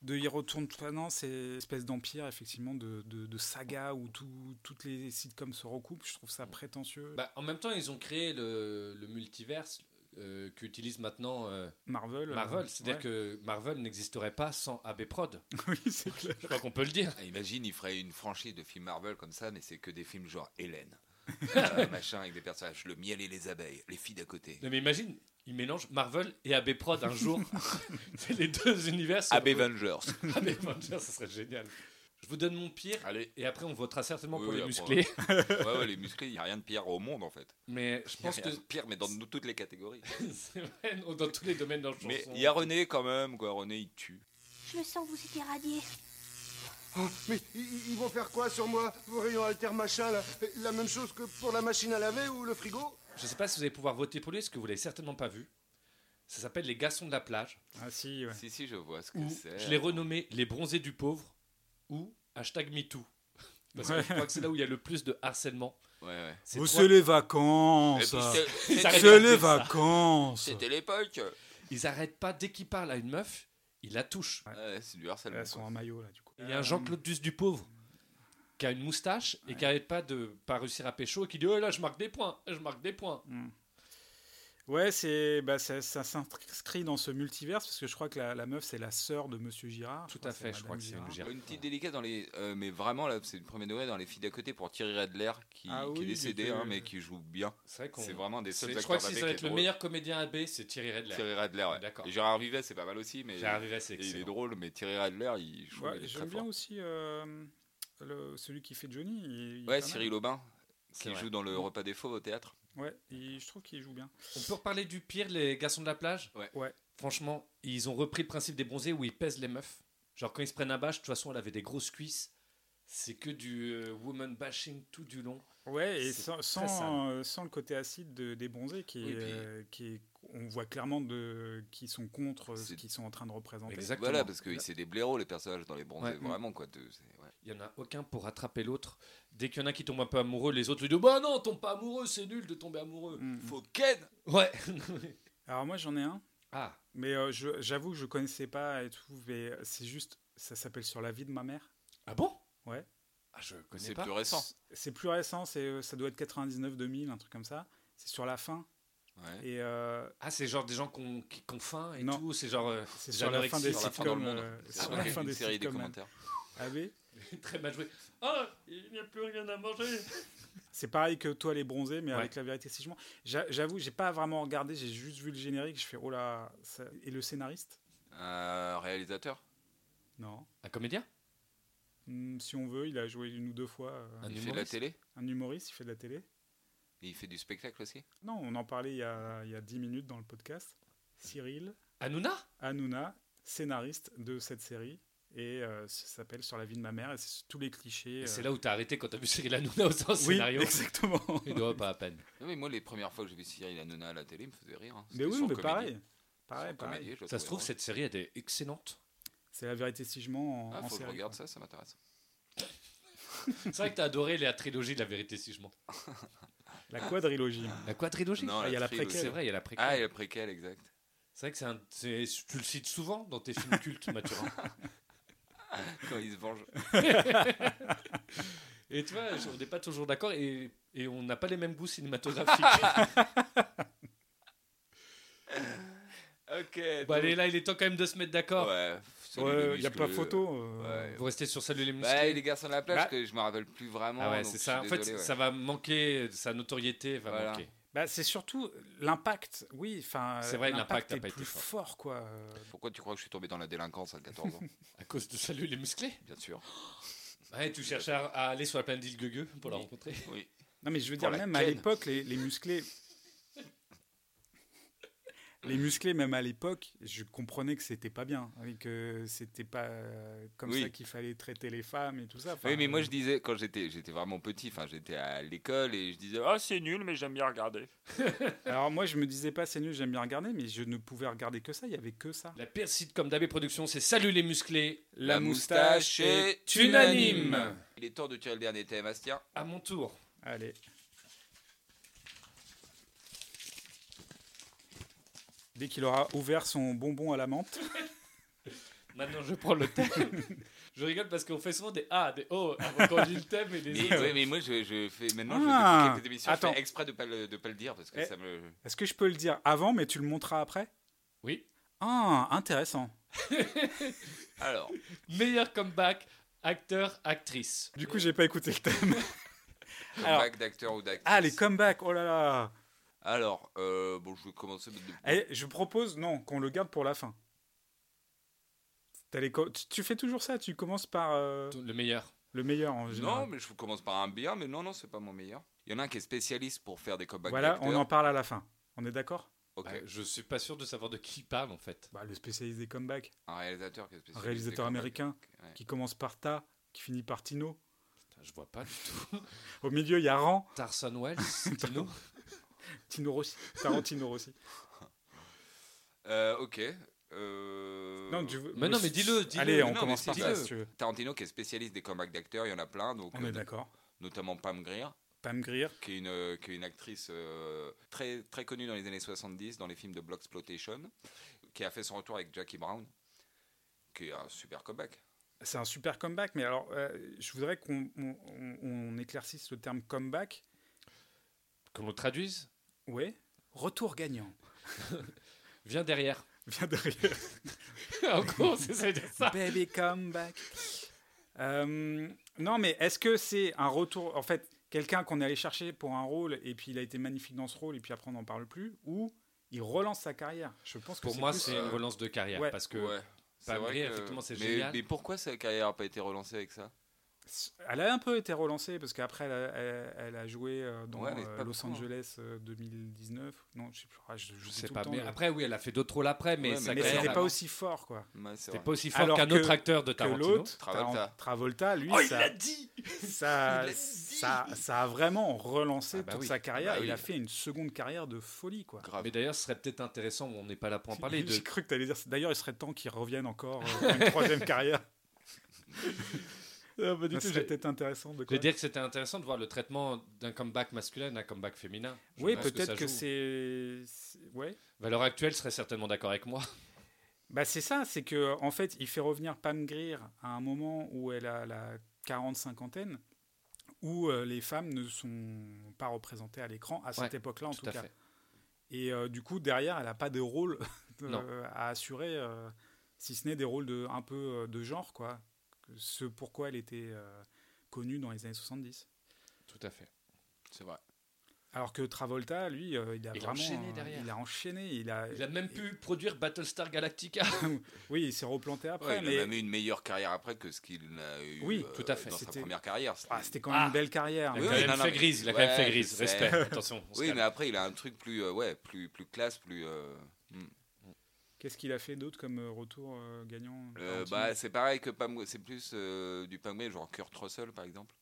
de ils retournent pas. Non, c'est une espèce d'empire, effectivement, de, de, de saga où tout, toutes les sitcoms se recoupent. Je trouve ça prétentieux.
Bah, en même temps, ils ont créé le, le multiverse euh, qu'utilise maintenant euh,
Marvel. euh,
Marvel. C'est-à-dire
ouais.
que Marvel n'existerait pas sans AB Prod.
[LAUGHS] oui, c'est
[LAUGHS]
clair.
Je crois qu'on peut le dire.
Ah, Imagine, il ferait une franchise de films Marvel comme ça, mais c'est que des films genre Hélène. Euh, machin avec des personnages, le miel et les abeilles, les filles d'à côté.
Non, mais imagine, ils mélangent Marvel et AB Prod un
[LAUGHS]
jour. c'est les deux univers. se
AB
retrouvent.
Avengers.
AB Avengers, ça serait génial. Je vous donne mon pire.
Allez.
Et après, on votera certainement
Oui,
pour
oui,
les
après,
musclés. [LAUGHS]
Ouais, ouais, les musclés, il n'y a rien de pire au monde en fait.
Mais je
Je pense
pense que
pire, mais dans nous- toutes les catégories.
[LAUGHS] c'est vrai, non, dans tous les domaines dans le
Mais il y a René quand même, quoi. René, il tue.
Je le sens vous étiez radié.
Mais ils ils vont faire quoi sur moi Vos rayons alter machin, là La même chose que pour la machine à laver ou le frigo
Je sais pas si vous allez pouvoir voter pour lui, parce que vous l'avez certainement pas vu. Ça s'appelle Les Garçons de la plage.
Ah si, ouais.
Si, si, je vois ce que
Ou
c'est.
je l'ai renommé Les Bronzés du pauvre ou hashtag MeToo. Parce que
Ouais.
je crois que c'est là où il y a le plus de harcèlement.
Ouais, ouais.
C'est
Oh,
trois-
c'est les
Et puis,
vacances
c'était-
Ça
c'était-
arrête pas
C'est
de
les
dire ça.
vacances
C'était l'époque.
Ils arrêtent pas, dès qu'il parle à une meuf, il la touche.
Ouais, c'est du
Là,
harcèlement.
Elles sont en maillot, là, du coup.
Il y a un Jean-Claude Duss du pauvre qui a une moustache et qui arrête pas de pas réussir à pécho et qui dit Oh là, je marque des points, je marque des points.
Ouais, c'est bah, ça, ça s'inscrit dans ce multiverse parce que je crois que la, la meuf c'est la sœur de Monsieur Girard.
Tout à fait, Ah, je crois que c'est
Madame
une
Girard.
girafe.
Une petite délicate dans les. euh, mais vraiment, là, c'est le premier degré dans les filles d'à côté pour Thierry Radler, qui,
Ah
qui
oui,
est décédé,
j'étais-
hein, mais qui joue bien.
C'est vrai qu'on.
C'est vraiment des
c'est-
seuls
Je
acteurs
crois que si
d'AB
ça va
qui
être
est
le
drôle.
meilleur comédien AB, c'est Thierry Redler.
Thierry Radler, ouais.
D'accord.
Et Gérard Vivet, c'est pas mal aussi, mais.
J'arrive à c'est
et il est
excellent.
drôle, mais Thierry Radler, il joue
Ouais,
il est
J'aime
très
bien
fort.
aussi euh, le- celui qui fait Johnny. il- il est pas
Ouais,
mal.
Cyril Aubin,
C'est
qui
vrai.
joue dans le repas des fauves au théâtre.
Ouais, il- je trouve qu'il joue bien.
On peut reparler du pire, les garçons de la plage
Ouais.
Ouais.
Franchement, ils ont repris le principe des bronzés où ils pèsent les meufs. Genre quand ils se prennent un bâche, de toute façon, elle avait des grosses cuisses. C'est que du euh, woman bashing tout du long.
Ouais, et
C'est
sans,
très
sans, euh, sans le côté acide de, des bronzés qui,
Oui,
est,
puis-
euh, qui est- on voit clairement de, qui sont contre ce
C'est-
qu'ils sont en train de représenter.
Exactement.
Voilà, parce que c'est des blaireaux, les personnages dans les bronzés,
Ouais.
vraiment, quoi. de- c'est- ouais.
Il n'y en a aucun pour rattraper l'autre. Dès qu'il y en a qui tombe un peu amoureux, les autres lui disent Bah non, tombe pas amoureux, c'est nul de tomber amoureux.
Mm.
Faut Ken
Ouais.
Alors moi j'en ai un,
ah,
mais euh, je- j'avoue que je connaissais pas et tout, mais c'est juste, ça s'appelle Sur la vie de ma mère.
ah bon
Ouais.
Ah, je connais
C'est
pas.
plus récent.
C'est plus récent, c'est euh, ça doit être 99-2000, un truc comme ça. C'est sur la fin.
Ouais.
Et euh,
Ah, c'est genre des gens qu'on- qui qu'on faim et
Non.
tout. C'est genre. euh, [LAUGHS]
c'est sur la fin
l'anorexie,
des
Sur la fin
sitcoms.
dans le monde.
euh,
C'est
sur la
une
fin des
série des
sitcoms, hein.
commentaires.
Ah oui.
très mal joué. Ah, il n'y a plus rien à manger.
C'est pareil que toi les bronzés, mais
Ouais.
avec la vérité si je mens. J'a- J'avoue, j'ai pas vraiment regardé, j'ai juste vu le générique, je fais oh là. ça- Et le scénariste
Euh, réalisateur
Non.
Un comédien
Hmm, si on veut, il a joué une ou deux fois. euh,
Il fait
Un
de la
humoriste
télé
un humoriste, il fait de la télé.
Et il fait du spectacle aussi
Non, on en parlait il y a, il y a 10 minutes dans le podcast. Cyril
Hanouna
Hanouna, scénariste de cette série. Et euh, ça s'appelle Sur la vie de ma mère. Et c'est tous les clichés.
Et
euh,
C'est là où t'as arrêté quand t'as vu Cyril Hanouna au sens
oui,
scénario. [LAUGHS]
exactement.
Il doit pas à peine.
Non, mais moi, les premières fois que j'ai vu Cyril Hanouna à la télé, il me faisait rire. hein.
mais
C'était
oui,
sans
mais
comédie.
pareil.
Sans
Pareil, pareil.
comédie, je le
Ça
trouvais
se trouve,
drôle.
cette série, elle est excellente.
C'est la vérité si je mens en,
Ah, faut
en
que je
série.
regarde
quoi.
ça, ça m'intéresse.
C'est vrai que t'as adoré la trilogie de la vérité, si je mens.
La quadrilogie.
La quoi trilogie
Non,
Ah, il y a la
trilogie.
préquelle.
C'est vrai, il y a la préquelle.
Ah, et le préquel, exact. [LAUGHS]
C'est vrai que c'est un- c'est- tu le cites souvent dans tes films [LAUGHS] cultes, Mathurin.
Quand il se venge.
Et tu vois, on n'est pas toujours d'accord et, et on n'a pas les mêmes goûts cinématographiques. [LAUGHS]
Ok.
bon, allez, là, il Bah, est temps quand même de se mettre d'accord.
Ouais,
Il
salut le
n'y a
muscle.
pas photo. euh,
Ouais.
Vous restez sur Salut les musclés.
Bah, les garçons de la plage,
Bah.
parce que je me rappelle plus vraiment.
ah ouais,
donc
c'est
je
ça. En
suis
fait,
désolé, ouais.
ça va manquer, sa notoriété va
Voilà.
manquer.
Bah, c'est surtout l'impact. Oui, enfin.
C'est vrai, l'impact
est
a pas été
plus
fort.
fort, quoi. Euh,
Pourquoi tu crois que je suis tombé dans la délinquance à [LAUGHS] 14 ans
À cause de Salut les musclés
Bien sûr.
Ouais, tu cherches à, à aller sur la planète d'île Gueux pour la rencontrer.
Oui.
Non, mais je veux
Pour
dire,
la
même à
ken.
l'époque, les, les musclés. les musclés, même à l'époque, je comprenais que c'était pas bien. Et que c'était pas euh, comme
Oui.
ça qu'il fallait traiter les femmes et tout ça. Enfin,
Oui, mais moi
euh,
je disais, quand j'étais j'étais vraiment petit, enfin j'étais à l'école et je disais, ah c'est nul, mais j'aime bien regarder.
Alors, moi, je me disais pas, c'est nul, j'aime bien regarder, mais je ne pouvais regarder que ça. Il y avait que ça.
La pire site comme d'AB Productions, c'est Salut les musclés.
La moustache est
unanime.
Il est temps de tirer le dernier thème, [LAUGHS] Astien.
À mon tour.
Allez. Dès qu'il aura ouvert son bonbon à la menthe.
Maintenant, je prends le thème. [LAUGHS] je rigole parce qu'on fait souvent des A, des oh, O avant qu'on lit le thème et [LAUGHS] des
Mais,
autres.
ouais, mais moi je, je fais, maintenant je
Ah.
fais quelques émissions, je fais
Attends.
exprès de pas le, de pas le dire parce que
Eh.
ça me.
Est-ce que je peux le dire avant, mais tu le montreras après
Oui.
Ah, intéressant.
[LAUGHS] Alors,
Meilleur comeback, acteur, actrice.
Du coup, j'ai pas écouté le
[LAUGHS]
thème. Alors.
comeback d'acteur ou d'actrice.
Ah, les comebacks, oh là là.
Alors, euh, bon, je vais commencer. de-
Eh, je propose, non, qu'on le garde pour la fin. T'as les co- tu, tu fais toujours ça, tu commences par euh,
Le meilleur.
le meilleur en général.
Non, mais je commence par un bien, mais non, non, c'est pas mon meilleur. Il y en a un qui est spécialiste pour faire des comebacks
voilà,
d'acteurs.
on en parle à la fin. On est d'accord
Ok,
Bah, je suis pas sûr de savoir de qui il parle en fait.
bah, Le spécialiste des comebacks,
un réalisateur qui est spécialiste.
Un réalisateur
des comebacks.
américain.
Ouais.
qui commence par Ta, qui finit par Tino.
Putain, Je vois pas du tout.
Au milieu, il y a Ran,
Tarson [LAUGHS] Wells, Tino.
Tino Rossi, Tarantino Rossi.
Euh, ok. euh,
Non, tu veux-
Mais non, mais dis-le, dis-le.
Allez,
Mais
on
non,
commence
mais
par
si,
ça,
dis-le.
si tu veux.
Tarantino qui est spécialiste des comebacks d'acteurs, il y en a plein, donc
On est
euh,
d'accord.
notamment Pam Grier,
Pam Grier,
qui est une, euh, qui est une actrice euh, très, très connue dans les années 70 dans les films de Block Exploitation, qui a fait son retour avec Jackie Brown, qui est un super comeback.
c'est un super comeback, mais alors, euh, je voudrais qu'on on- on- on éclarcisse le terme comeback.
Qu'on le traduise
Ouais. Retour gagnant. [LAUGHS]
Viens derrière.
Viens derrière.
[LAUGHS] en gros, c'est ça veut dire [LAUGHS] ça.
Baby come back. Euh, non, mais est-ce que c'est un retour En fait, quelqu'un qu'on est allé chercher pour un rôle et puis il a été magnifique dans ce rôle et puis après on n'en parle plus ou il relance sa carrière Je pense que
Pour moi,
plus- euh,
c'est une relance de carrière
Ouais.
parce que
Ouais.
pas
C'est vrai
vrai,
que-
effectivement, c'est
mais,
génial.
Mais pourquoi sa carrière n'a pas été relancée avec ça
Euh, Elle a un peu été relancée parce qu'après elle, a- elle- elle a joué euh, dans
Ouais, mais
euh,
pas
Los
beaucoup, hein.
Angeles euh, 2019. Non, je sais plus. Ah, je, je
Je
dis
sais
tout
pas.
le temps,
Mais
mais-
après, oui, elle a fait d'autres rôles après, mais
Ouais,
sa
mais
mais
carrière,
c'était
la
pas
main.
aussi fort quoi.
Ouais, c'est
c'était
vrai.
hein. pas aussi
Alors
fort qu'un
que-
autre acteur de
Que
Tarantino.
l'autre,
Travolta.
Taran- Travolta,
Oh,
lui, ça,
dit
[LAUGHS] ça,
Il l'a dit.
ça, ça a vraiment relancé
Ah bah
toute
oui.
sa carrière.
Bah
il
oui.
a fait une seconde carrière de folie quoi.
Grave.
Mais d'ailleurs, ce serait peut-être intéressant, on n'est pas là pour en parler, de
[LAUGHS] J'ai cru que t'allais dire. D'ailleurs, il serait temps qu'il revienne encore euh, pour une troisième carrière.
[LAUGHS]
Ah, bah,
du
Ça
tout,
serait
j'ai-
peut-être intéressant de
Je veux
quoi.
dire que c'était intéressant de voir le traitement d'un comeback masculin à un comeback féminin. Je
Oui,
pense ça
peut-être
joue.
que c'est. c'est- Ouais.
Valeur actuelle serait certainement d'accord avec moi.
Bah c'est ça, c'est que en fait, il fait revenir Pam Grier à un moment où elle a la 40 cinquantaine où euh, les femmes ne sont pas représentées à l'écran à cette
Ouais,
époque-là en tout,
tout à
cas.
fait.
Et euh, du coup, derrière, elle n'a pas de [LAUGHS] rôle de-
Non.
à assurer, euh, si ce n'est des rôles de, un peu euh, de genre, quoi. Que Ce pourquoi elle était euh, connue dans les années 70.
Tout à fait.
C'est vrai.
Alors que Travolta, lui, euh, il a
Il a
vraiment.
enchaîné
euh,
derrière.
Il a enchaîné. Il a,
Il a même pu produire Battlestar Galactica.
Euh, Oui, il s'est replanté après.
Ouais, il
mais
a même eu une meilleure carrière après que ce qu'il a eu
Oui,
euh,
tout à fait.
dans sa
C'était-
première carrière.
Ah, c'était quand même
Ah.
une belle carrière.
Il a
Oui,
quand
oui,
même
non, non,
fait
mais-
grise, il a quand même
Ouais,
fait
je
grise.
sais.
Respect, attention. on se
Oui,
calme.
mais après, il a un truc plus, euh, ouais, plus, plus classe, plus. euh, hmm.
Qu'est-ce qu'il a fait d'autre comme euh, retour euh, gagnant
Euh,
Tarantino
bah, c'est pareil que Pam, c'est plus euh, du Pam Grier, genre Kurt Russell par exemple.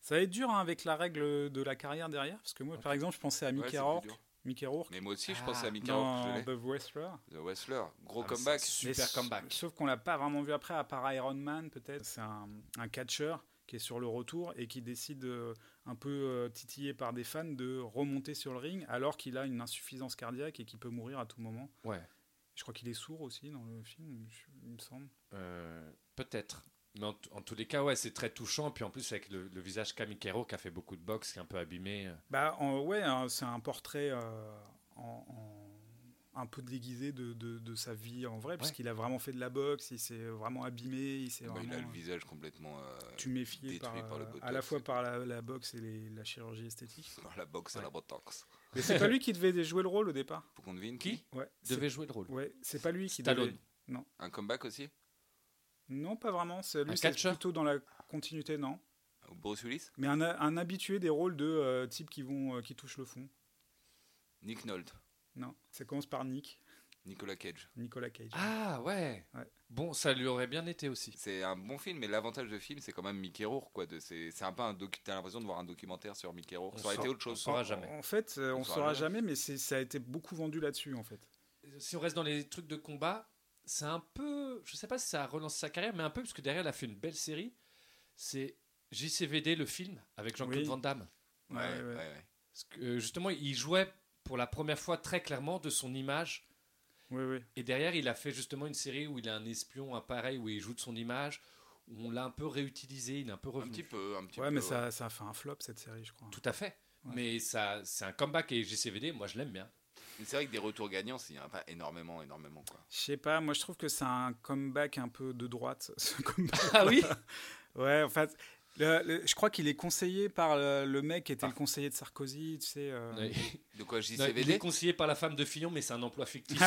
Ça va être dur hein, avec la règle de la carrière derrière, parce que moi, par exemple, je pensais à
Ouais,
Mickey
c'est plus
Rourke.
dur.
Mickey Rourke
Mais moi aussi, je
Ah,
pensais à Mickey Rourke, je
dans
l'ai.
The Wrestler.
The Wrestler, gros
Ah, mais
comeback. Bah,
c'est
Mais
un Super
s-
comeback.
Sauf qu'on l'a pas vraiment vu après, à part Iron Man peut-être. C'est un, un catcheur qui est sur le retour et qui décide, euh, un peu euh, titillé par des fans, de remonter sur le ring alors qu'il a une insuffisance cardiaque et qu'il peut mourir à tout moment.
Ouais.
Je crois qu'il est sourd aussi dans le film, je- il me semble.
Euh, Peut-être. Mais en, t- en tous les cas, ouais, c'est très touchant. Puis en plus, avec le, le visage Kamikero qui a fait beaucoup de boxe, qui est un peu abîmé. euh.
Bah en- ouais, hein, c'est un portrait euh, en, en- un peu déguisé de, de- de sa vie en vrai, puisqu'il a vraiment fait de la boxe, il s'est vraiment abîmé, il s'est
Bah,
vraiment
il a le visage complètement euh,
tu méfies
détruit
par,
par le
euh,
botox
à la
et
fois
tout.
par la, la boxe et les- la chirurgie esthétique.
[LAUGHS] dans la boxe à la botox.
Mais c'est pas lui qui devait jouer le rôle au départ.
Pour qu'on devine
Qui
qui
Ouais. c'est-
Devait jouer le rôle.
Ouais, c'est pas lui qui
Stallone.
devait.
Un comeback aussi
Non, pas vraiment. C'est lui,
Un
c'est
catcheur
plutôt dans la continuité, non.
Bruce Willis
Mais un, un habitué des rôles de euh, type qui vont euh, qui touchent le fond.
Nick Nolte,
Non, ça commence par Nick,
Nicolas Cage.
Nicolas Cage.
Ah ouais.
Ouais.
Bon, ça lui aurait bien été aussi.
C'est un bon film, mais l'avantage de film, c'est quand même Mickey Rourke. Quoi, de, c'est, c'est un peu un docu- t'as l'impression de voir un documentaire sur Mickey Rourke.
On
Ça aurait été
saura-
autre chose.
on saura
En-
jamais.
En fait, euh, on,
On
saura,
saura
jamais, mais c'est- ça a été beaucoup vendu là-dessus, en fait.
si on reste dans les trucs de combat, c'est un peu, je sais pas si ça relance sa carrière, mais un peu parce que derrière elle a fait une belle série. C'est JCVD le film avec Jean-Claude
Oui.
Van Damme.
Ouais, ouais.
ouais.
Parce que euh, justement, il jouait pour la première fois très clairement de son image.
Oui, oui.
Et derrière, il a fait justement une série où il a un espion, un pareil, où il joue de son image. où On l'a un peu réutilisé, il est un peu
Un
revenu.
petit peu, un petit
Ouais,
peu.
mais ça, ça a fait un flop, cette série, je crois.
Tout à fait.
Ouais.
Mais ça, c'est un comeback et JCVD, moi je l'aime bien.
Mais c'est vrai que des retours gagnants, il n'y en a pas énormément, énormément. Quoi.
Je sais pas, moi, je trouve que c'est un comeback un peu de droite, [LAUGHS] ce comeback.
Ah oui [LAUGHS]
Ouais, en fait, le- le- je crois qu'il est conseillé par le, le mec qui était le conseiller de Sarkozy, tu sais. euh,
De quoi
Non, Bah, il est
JCVD
conseillé par la femme de Fillon, mais c'est un emploi fictif.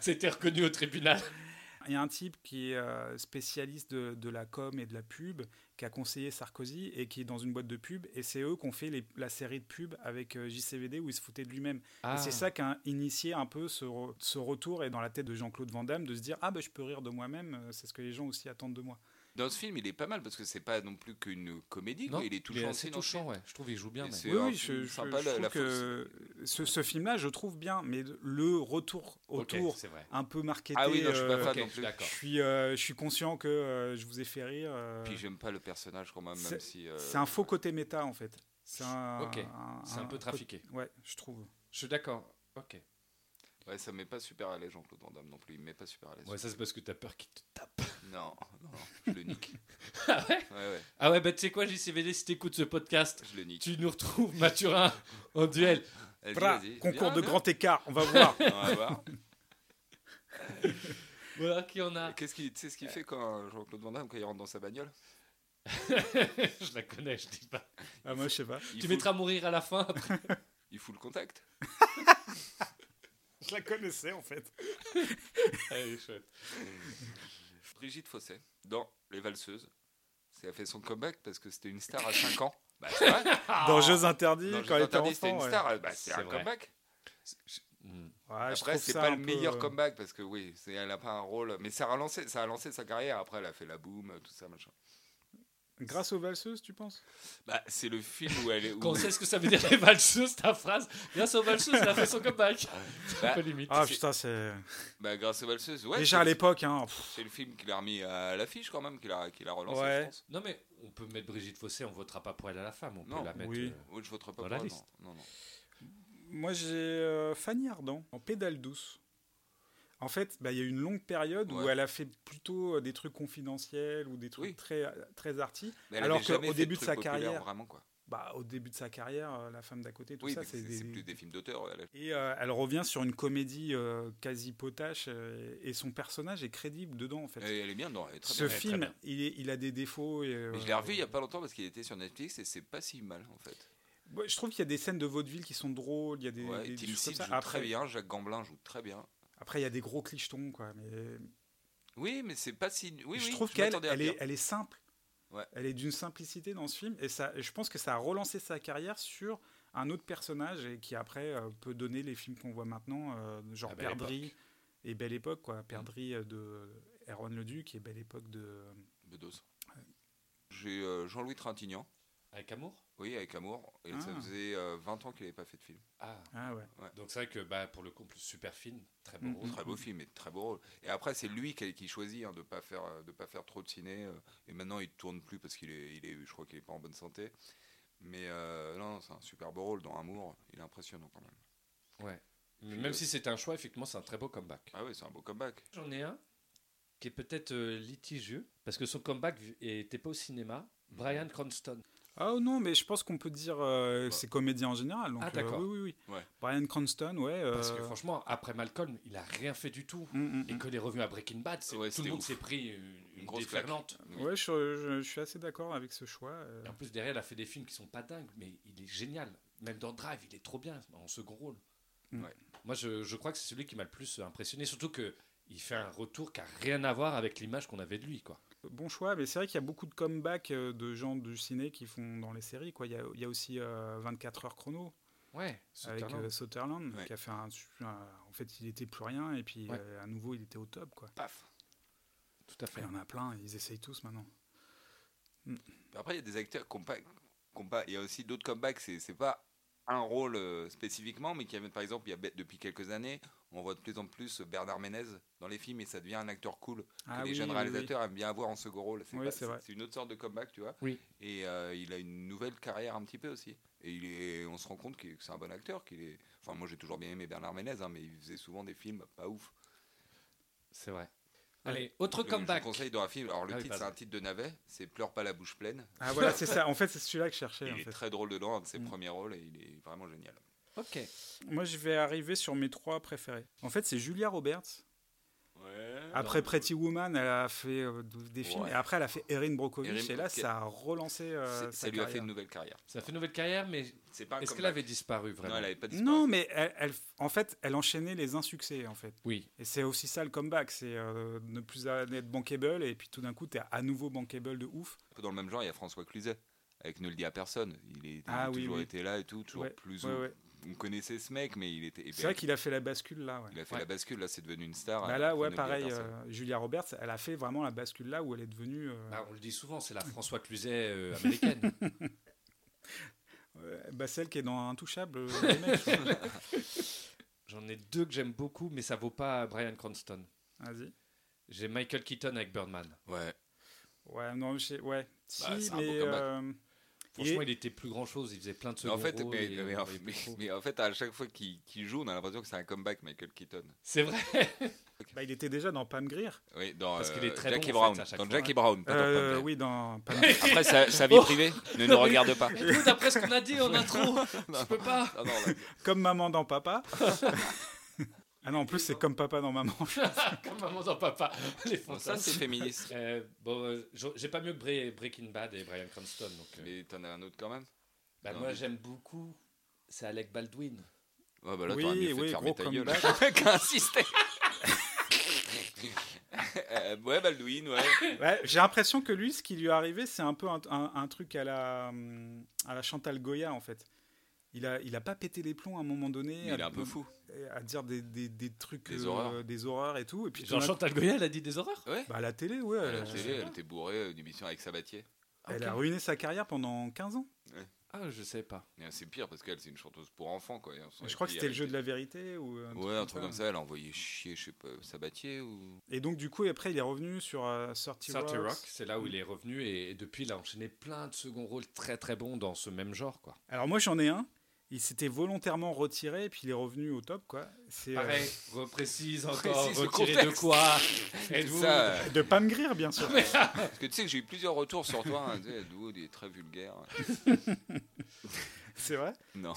C'était reconnu au tribunal.
Il y a un type qui est euh, spécialiste de, de la com et de la pub, qui a conseillé Sarkozy et qui est dans une boîte de pub. Et c'est eux qui ont fait les- la série de pubs avec euh, JCVD où il se foutait de lui-même. Et
Ah.
c'est ça qui a initié un peu ce, re- ce retour et dans la tête de Jean-Claude Van Damme de se dire Ah, ben je peux rire de moi-même, euh, c'est ce que les gens aussi attendent de moi.
Dans ce film, il est pas mal parce que c'est pas non plus qu'une comédie.
Non,
quoi. Il est touchant
assez
aussi dans ce
touchant, ouais. Je trouve qu'il joue bien.
Et
même.
c'est- un film sympa, la-
trouve
la
que ce, ce film-là, je trouve bien, mais le retour
Ok,
autour,
c'est vrai.
un peu marketé.
Ah oui, non, je suis pas
euh,
fan
ok,
non
je suis
plus.
je
d'accord.
suis, euh, je suis conscient que euh, je vous ai fait rire. euh,
Puis j'aime pas le personnage quand même,
C'est-
même si. euh,
c'est un faux côté méta en fait. C'est un,
Ok, C'est un peu
côté-
trafiqué.
Ouais, Ah. je trouve.
Je suis d'accord. Ok.
Ouais, ça met pas super à l'aise Jean-Claude Van Damme non plus. Il me met pas super à l'aise.
Ouais, ça c'est parce que t'as peur qu'il te tape.
Non, non, non, je le nique.
Ah ouais
Ouais, ouais,
Ah ouais, bah tu sais quoi, JCVD, si t'écoutes ce podcast,
je le nique.
tu nous retrouves, Mathurin, en duel.
Elle dit,
Pra,
vas-y.
concours
Bien,
de
bien.
grand écart, on va
[LAUGHS]
voir.
On va voir.
Voilà qui en
[LAUGHS]
a.
Qu'est-ce qu'il, tu sais ce qu'il fait quand Jean-Claude Van Damme quand il rentre dans sa bagnole
je la connais, je dis pas.
ah, moi, je sais pas.
il
Tu
fout,
mettras mourir à la fin. après.
il fout le contact. [LAUGHS]
Je la connaissais, en fait.
Elle est chouette.
Brigitte Fosset dans Les Valseuses. C'est- Elle fait son comeback parce que c'était une star à 5 ans. Bah, c'est vrai.
Dans Jeux Interdits,
Dans
quand
Jeux
elle était
Interdits, c'était
enfant.
une
ouais.
star. Bah, c'est,
C'est
un
vrai.
comeback.
Mm.
Ouais, Ah, je
après,
trouve
c'est
ça
pas
un
le
peu,
meilleur
euh,
comeback parce que oui, c'est, elle a pas un rôle. Mais ça a, relancé, ça a lancé sa carrière. Après, elle a fait la boum, tout ça, machin.
Grâce aux valseuses, tu penses
Bah, c'est le film où elle est. où-
Quand on sait ce que ça veut dire les valseuses, ta phrase, grâce aux valseuses, elle a fait son comeback. [LAUGHS]
Bah,
Un peu limite.
Ah putain, c'est.
bah, grâce aux Valseuses. Ouais,
Déjà à
c'est, le-
l'époque, hein. pff,
c'est le film qu'il a remis à l'affiche quand même, qu'il a, qu'il a relancé,
Ouais.
je pense.
Non, mais on peut mettre Brigitte Fossé, on votera pas pour elle à la femme. On
Non,
peut la mettre.
oui.
euh,
Oui, je voterai pas pour
Dans la
elle,
liste.
Non, non, non.
Moi, j'ai euh, Fanny Ardant en pédale douce. En fait, bah, il y a eu une longue période où
Ouais.
elle a fait plutôt euh, des trucs confidentiels ou des trucs
Oui.
très, très arty.
Mais elle
Alors
avait
que
jamais
au
fait
début de
truc
sa
populaire,
carrière-
Vraiment, quoi.
Bah, au début de sa carrière, euh, La femme d'à côté, tout
Oui,
ça,
mais c'est,
c'est
c'est
des-
plus des films d'auteur. elle a-
Et euh, elle revient sur une comédie euh, quasi potache euh, et son personnage est crédible dedans, en fait.
Elle, elle est bien, non, elle est très
Ce
bien.
très
film,
bien.
il, est- il a des défauts. Et, euh,
Mais je l'ai revu il y a pas longtemps parce qu'il était sur Netflix et c'est pas si mal en fait.
Ouais, je trouve qu'il y a des scènes de vaudeville qui sont drôles, il y a des,
Ouais,
des- des
Tim
choses
Seed
comme
joue
ça.
très
Après,
bien, Jacques Gamblin joue très bien.
après, il y a des gros clichetons, quoi. Mais
Oui, mais c'est pas si. Oui,
je
oui,
trouve qu'elle,
m'attendais à
elle
pire.
est, elle est simple.
Ouais.
Elle est d'une simplicité dans ce film et ça, et je pense que ça a relancé sa carrière sur un autre personnage et qui après euh, peut donner les films qu'on voit maintenant, euh, genre
À Belle
Perdrix et Belle Époque,
Mm.
quoi. Perdrix euh, de Erwan Leduc et Belle Époque de.
Bedos. J'ai euh, Jean-Louis Trintignant,
Avec amour
oui, avec Amour, et ça
Ah.
faisait euh, 20 ans qu'il n'avait pas fait de film.
Ah.
Ah ouais.
Donc c'est vrai que bah, pour le couple, super film, très beau
Mm.
rôle.
Mm-hmm. Très beau film et très beau rôle. Et après, c'est lui qui, qui choisit hein, de pas faire euh, de pas faire trop de ciné. euh, et maintenant, il tourne plus parce qu'il est, il est, je crois qu'il est pas en bonne santé. Mais euh, non, non, c'est un super beau rôle dans Amour. Il est impressionnant quand même.
Mais Même si c'était un choix, effectivement, c'est un très beau comeback.
Ah oui, c'est un beau comeback.
J'en ai un qui est peut-être euh, litigieux, parce que son comeback n'était pas au cinéma.
Mm-hmm.
Brian Cranston.
Ah non, mais je pense qu'on peut dire euh,
Ouais.
c'est comédien en général. Donc,
Ah, d'accord.
euh, oui, oui, oui.
Bah. Ouais.
Brian Cranston, ouais.
Parce que
euh,
franchement, après Malcolm, il a rien fait du tout.
mm, mm,
Et quand il est revenu à Breaking Bad, c'est-
Mm-hmm. Ouais,
tout
c'était
le monde
ouf.
s'est pris une, une
grosse claque.
déferlante.
mm. Ouais, je, je- je suis assez d'accord avec ce choix. euh.
Et en plus, derrière, il a fait des films qui sont pas dingues, mais il est génial. Même dans Drive, il est trop bien en second rôle.
Mm.
Ouais.
Moi, je, je crois que c'est celui qui m'a le plus euh, impressionné. Surtout que il fait un retour qui a rien à voir avec l'image qu'on avait de lui. Quoi.
Bon choix, mais c'est vrai qu'il y a beaucoup de comebacks euh, de gens du ciné qui font dans les séries. Quoi. Il, y a, il y a aussi euh, 24 heures chrono
Ouais,
avec
Sutherland.
euh, Sutherland
Ouais.
qui a fait un, su- un- En fait, il était plus rien et puis
Ouais.
euh, à nouveau, il était au top. Quoi.
Paf.
Tout à
Il
fait.
y en a plein, ils essayent tous maintenant.
Puis Après, il y a des acteurs qui ont pas- qui ont pas- Il y a aussi d'autres comebacks. C'est, c'est pas un rôle euh, spécifiquement, mais qui amène, par exemple, il y a be- depuis quelques années, on voit de plus en plus Bernard Ménez dans les films et ça devient un acteur cool que
Ah
les
oui,
jeunes
oui, oui.
réalisateurs aiment bien avoir en second rôle.
Oui,
pas-
c'est vrai.
une autre sorte de comeback, tu vois.
Oui.
Et euh, il a une nouvelle carrière un petit peu aussi. Et il est- on se rend compte qu'il- que c'est un bon acteur. Qu'il est... Enfin, moi j'ai toujours bien aimé Bernard Ménez, hein, mais il faisait souvent des films pas ouf.
C'est vrai. Allez, autre
Euh, Je
comeback.
vous conseille dans un film. Alors le
Ah oui,
titre, c'est
pardon.
un titre de navet. C'est Pleure pas la bouche pleine.
Ah voilà, c'est ça. En fait, c'est celui-là que je cherchais.
Il
en
est
fait.
très drôle dedans, un de ses
Mm.
premiers rôles, et il est vraiment génial.
Ok.
Moi, je vais arriver sur mes trois préférés. En fait, c'est Julia Roberts. Après Pretty Woman, elle a fait euh, des films.
Ah, Ouais.
Et après, elle a fait Erin Brockovich.
Erin
et là,
Brockovich.
ça a relancé euh,
C'est-
sa
ça lui a
carrière.
fait une nouvelle carrière.
Ça fait une nouvelle carrière, mais
C'est pas un
est-ce
comeback.
qu'elle avait disparu vraiment
Non, elle avait pas disparu.
Non, mais elle, elle- en fait, elle enchaînait les insuccès, en fait.
Oui.
Et c'est aussi ça le comeback, c'est euh, ne plus être bankable et puis tout d'un coup t'es à nouveau bankable de ouf.
Un peu dans le même genre, il y a François Cluzet. Avec Ne le dit à personne. Il, est, il
Ah
a
oui,
toujours
oui.
été là et tout, toujours
Ouais,
plus.
Ouais,
ou-
ouais.
On connaissait ce mec, mais il était. et
C'est
ben,
vrai qu'il a fait la bascule là. Ouais.
Il a fait
Ouais.
la bascule, là c'est devenu une star.
Bah
hein,
là
Ne
ouais
le dis à
pareil,
personne.
euh, Julia Roberts, elle a fait vraiment la bascule là où elle est devenue. euh,
Bah, on le dit souvent, c'est la François Cluzet euh,
[LAUGHS]
américaine.
euh, bah, celle qui est dans Intouchable. euh, les mecs, je crois.
J'en ai deux que j'aime beaucoup, mais ça vaut pas Brian Cranston.
[LAUGHS]
Vas-y.
J'ai Michael
euh,
Keaton avec Birdman.
Ouais.
Ouais non je sais- ouais. Si,
Bah, c'est un beau
mais
comeback.
euh,
Franchement, il était plus grand chose. Il faisait plein de
Mais
secondes.
en fait, mais, mais en, mais- mais en fait, à chaque fois qu'il qu'il joue, on a l'impression que c'est un comeback, Michael Keaton.
C'est vrai.
Bah, il était déjà dans Pam Greer.
Oui, dans
Parce qu'il
euh,
est très
Jackie
bon, en
Brown.
fait, à chaque
dans
fois,
Jackie Brown. pas dans Pam
Euh,
Grier.
oui, Oh. dans Pam
Après, sa,
[LAUGHS]
sa vie privée ne nous regarde pas.
[LAUGHS] Écoute, après ce qu'on a dit en intro, [LAUGHS] je peux pas.
Non, non, là,
Comme maman
[LAUGHS]
dans papa. [LAUGHS] ah non, en plus, c'est comme papa dans maman.
[LAUGHS] Comme maman dans [LAUGHS] papa. Les
bon, ça, c'est
fantasmes.
féministe.
Euh, bon, euh, j'a- j'ai pas mieux que Bre- Breaking Bad et Brian Cranston. Donc, euh,
Mais t'en as un autre quand même.
bah,
non,
moi,
mais-
j'aime beaucoup. C'est Alec Baldwin.
Ouais, bah là,
Oui,
t'aurais mieux fait de
oui,
fermer
gros
ta gueule. [LAUGHS]
Qu'un
[LAUGHS]
système.
Euh, ouais, Baldwin, ouais.
Ouais, J'ai l'impression que lui, ce qui lui est arrivé, c'est un peu un, un- un truc à la, hum, à la Chantal Goya, en fait. Il a, il a pas pété les plombs à un moment donné.
Mais il est
à,
un peu fou.
À dire des, des- des trucs. euh,
Des horreurs.
des horreurs et tout. Et puis,
Jean
tout d'un-
Chantal Goya, elle a dit des horreurs.
Ouais.
bah, à la télé, ouais.
À
elle,
la
a-
télé, elle était bourrée euh, d'une émission avec Sabatier.
elle a ruiné sa carrière pendant 15 ans.
Ah, je sais pas.
Et C'est pire parce qu'elle, c'est une chanteuse pour enfants. Quoi. Et on s'en
Je crois que
est
c'était le
pris
jeu de
avec-
la vérité. Ou euh, un
Ouais, un truc comme ça, elle a envoyé chier, je sais pas, Sabatier ou.
Et donc, du coup, après, il est revenu sur euh, 30
30
Rocks.
Rock, c'est là où il est revenu et, et depuis, il a enchaîné plein de seconds rôles très très bons dans ce même genre. quoi.
Alors, moi, j'en ai un. Il s'était volontairement retiré et puis il est revenu au top, quoi. C'est euh,
Pareil, reprécise encore,
Précise le
retiré de
contexte.
quoi [LAUGHS] Êtes-vous
Ça, euh,
de Pam Greer, bien [LAUGHS] sûr.
parce que tu sais que j'ai eu plusieurs retours sur toi, hein, tu sais, Doud est très
[LAUGHS]
vulgaire.
C'est vrai
Non.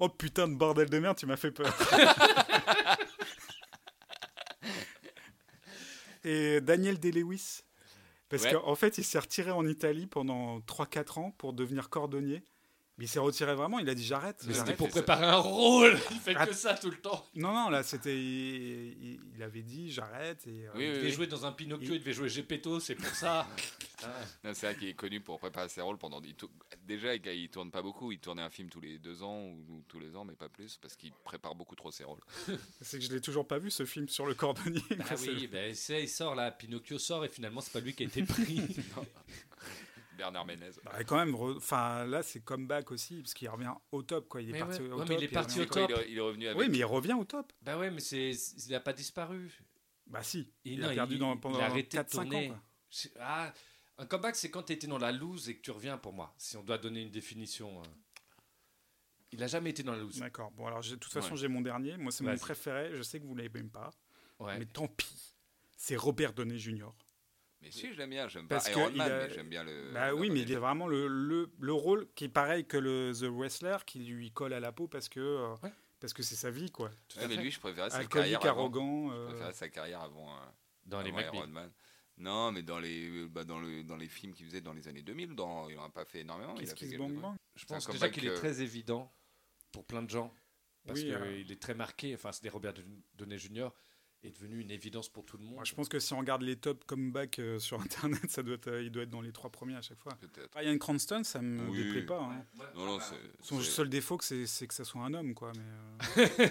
Oh putain de bordel de merde, tu m'as fait peur. Et Daniel Day-Lewis. Parce
Ouais.
qu'en fait, il s'est retiré en Italie pendant 3-4 ans pour devenir cordonnier. Mais il s'est retiré vraiment, il a dit j'arrête.
Mais c'était
j'arrête.
pour
fait ça.
préparer un rôle Il fait
Ah.
que ça tout le temps
Non, non, là, c'était. Il, il- il avait dit j'arrête. Et, euh,
Oui, oui,
Il devait
oui.
jouer dans un Pinocchio, il devait jouer Gepetto, c'est pour ça
Non, C'est vrai qu'il est connu pour préparer ses rôles pendant. il tou- Déjà, il il tourne pas beaucoup. Il tournait un film tous les deux ans ou ou tous les ans, mais pas plus, parce qu'il prépare beaucoup trop ses rôles. [LAUGHS]
C'est que je l'ai toujours pas vu, ce film sur le cordonnier.
Ah
[LAUGHS]
oui, ben, c'est- il sort là, Pinocchio sort et finalement c'est pas lui qui a été
[LAUGHS]
pris
Bernard Ménez.
Bah, quand même, re- enfin là c'est comeback aussi parce qu'il revient au top quoi. Il est
Mais
parti
ouais.
au
Ouais, mais
top.
il est parti
revient
au top.
Il, est- il est revenu avec.
Oui, mais il revient au top.
Bah ouais, mais c'est, il a pas disparu
Bah si.
Et
Il,
non,
a perdu
il-
dans,
il
pendant
a arrêté de
4-5 ans.
tourner.
quoi.
C'est- ah, un comeback, c'est quand tu étais dans la loose et que tu reviens pour moi, si on doit donner une définition. euh. Il a jamais été dans la loose.
D'accord. Bon alors j'ai- de toute
Ouais.
façon j'ai mon dernier. Moi c'est mon
Vas-y.
préféré. Je sais que vous l'avez même pas,
Ouais.
mais tant pis. C'est Robert Downey Jr.
Mais si, je l'aime bien. J'aime
Parce
pas
que
Iron
il
Man,
a-
Euh, mais j'aime bien le.
bah oui,
le-
mais il est vraiment le, le, le rôle qui est pareil que le The Wrestler, qui lui colle à la peau parce que euh,
Ouais. Ah,
parce que c'est sa vie quoi.
Ouais, mais lui, je préférais sa carrière.
Alcoolique,
Avant.
arrogant.
Je
euh,
préférais sa carrière avant. euh,
Dans les
avant Iron
McBeal.
Man. Non, mais dans les, bah, dans, le, dans les films qu'il faisait dans les années 2000, dans, il en a pas fait énormément. il
Qu'est-ce
a fait
qui se
quelques-
bang bang
Je pense
un
déjà
comeback,
qu'il est
euh,
très évident pour plein de gens. Parce
Oui,
qu'il
euh.
est très marqué. Enfin, c'était Robert Downey Jr. est devenu une évidence pour tout le monde.
Moi, je pense que si on regarde les top comeback euh, sur [LAUGHS] internet, ça doit être, euh, il doit être dans les trois premiers à chaque fois.
euh, Peut-être.
Ryan Cranston, ça me
Oui.
déplaît pas. hein.
Non, non, c'est.
Son
c'est-
seul défaut, que c'est c'est que ça soit un homme, quoi. Mais euh,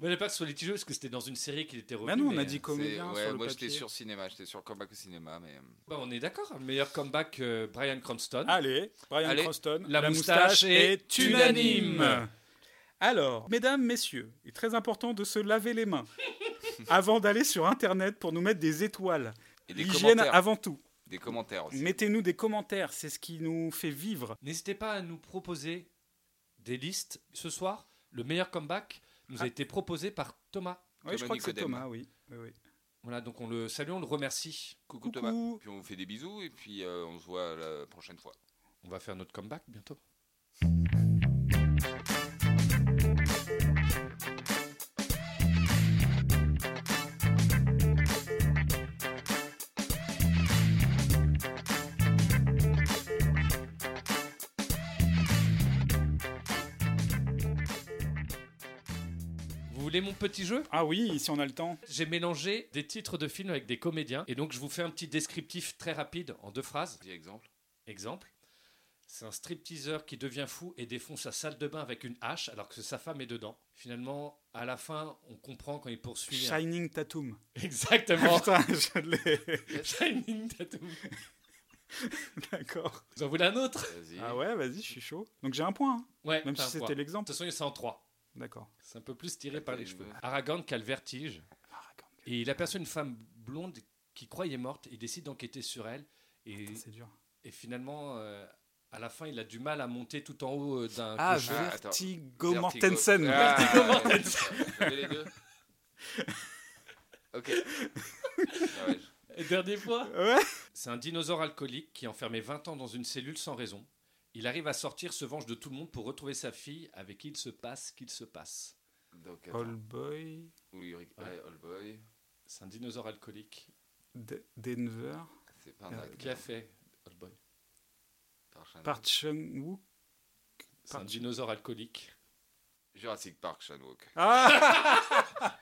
Moi, j'ai pas que ce soit litigieux parce que c'était dans une série qu'il était revenu.
bah non, on a
mais,
dit
euh,
c'est-
comédien
Ouais,
sur le
moi
papier.
j'étais sur cinéma, j'étais sur comeback au cinéma, mais. euh,
bah, on est d'accord. Le meilleur comeback, euh, Brian Cranston.
Allez, Brian
Allez,
Cranston,
la moustache est unanime.
Alors, mesdames, messieurs, il est très important de se laver les
[LAUGHS]
mains avant d'aller sur internet pour nous mettre des étoiles.
Et des
L'hygiène
commentaires. Oh,
avant tout.
Des commentaires aussi.
Mettez-nous des commentaires, c'est ce qui nous fait vivre.
N'hésitez pas à nous proposer des listes. Ce soir, le meilleur comeback nous
Ah.
a été proposé par Thomas.
Oui, je
Thomas
crois que c'est
Nicodème.
Thomas, oui. Oui, oui.
Voilà, donc on le salue, on le remercie.
Coucou, Thomas. Puis on vous fait des bisous et puis euh, on se voit la prochaine fois.
On va faire notre comeback bientôt. Vous voulez mon petit jeu
Ah oui, si on a le temps.
j'ai mélangé des titres de films avec des comédiens et donc je vous fais un petit descriptif très rapide en deux phrases.
Petit exemple.
Exemple, c'est un stripteaseur qui devient fou et défonce sa salle de bain avec une hache alors que sa femme est dedans. Finalement, à la fin, on comprend quand il poursuit. un-
Shining
[LAUGHS]
Tatum.
[LAUGHS]
Oh.
Exactement.
[LAUGHS] Putain, je l'ai. [LAUGHS]
Shining Tattoo.
D'accord.
Vous en voulez un autre
Vas-y.
Ah ouais, vas-y, je suis chaud. Donc j'ai un point, hein,
Ouais,
même
t'as
si
un point.
c'était
De
l'exemple.
toute façon, c'est en trois.
D'accord.
C'est un peu plus tiré par les
Attends,
cheveux.
ouais.
Aragorn qui a le vertige et il aperçoit une femme blonde qui croit y est morte. Il décide d'enquêter sur elle et
Ah, C'est dur.
Et finalement, euh, à la fin, il a du mal à monter tout en haut euh, d'un
Ah,
clocher.
Vertigo Mortensen.
Ah,
Vertigo
ouais.
Mortensen.
Vous avez les deux
Ok. Ah
Et dernier point.
Ouais.
C'est un dinosaure alcoolique qui est enfermé 20 ans dans une cellule sans raison. Il arrive à sortir, se venge de tout le monde pour retrouver sa fille avec qui il se passe, qu'il se passe.
Donc,
All Boy,
Ah, Boy.
C'est un dinosaure alcoolique.
D- Denver,
C'est pas un
Euh,
acteur.
Qui a fait Old Boy
Park Chan-wook.
Park Chung-wook.
C'est un dinosaure alcoolique.
Jurassic Park Chan-wook.
Ah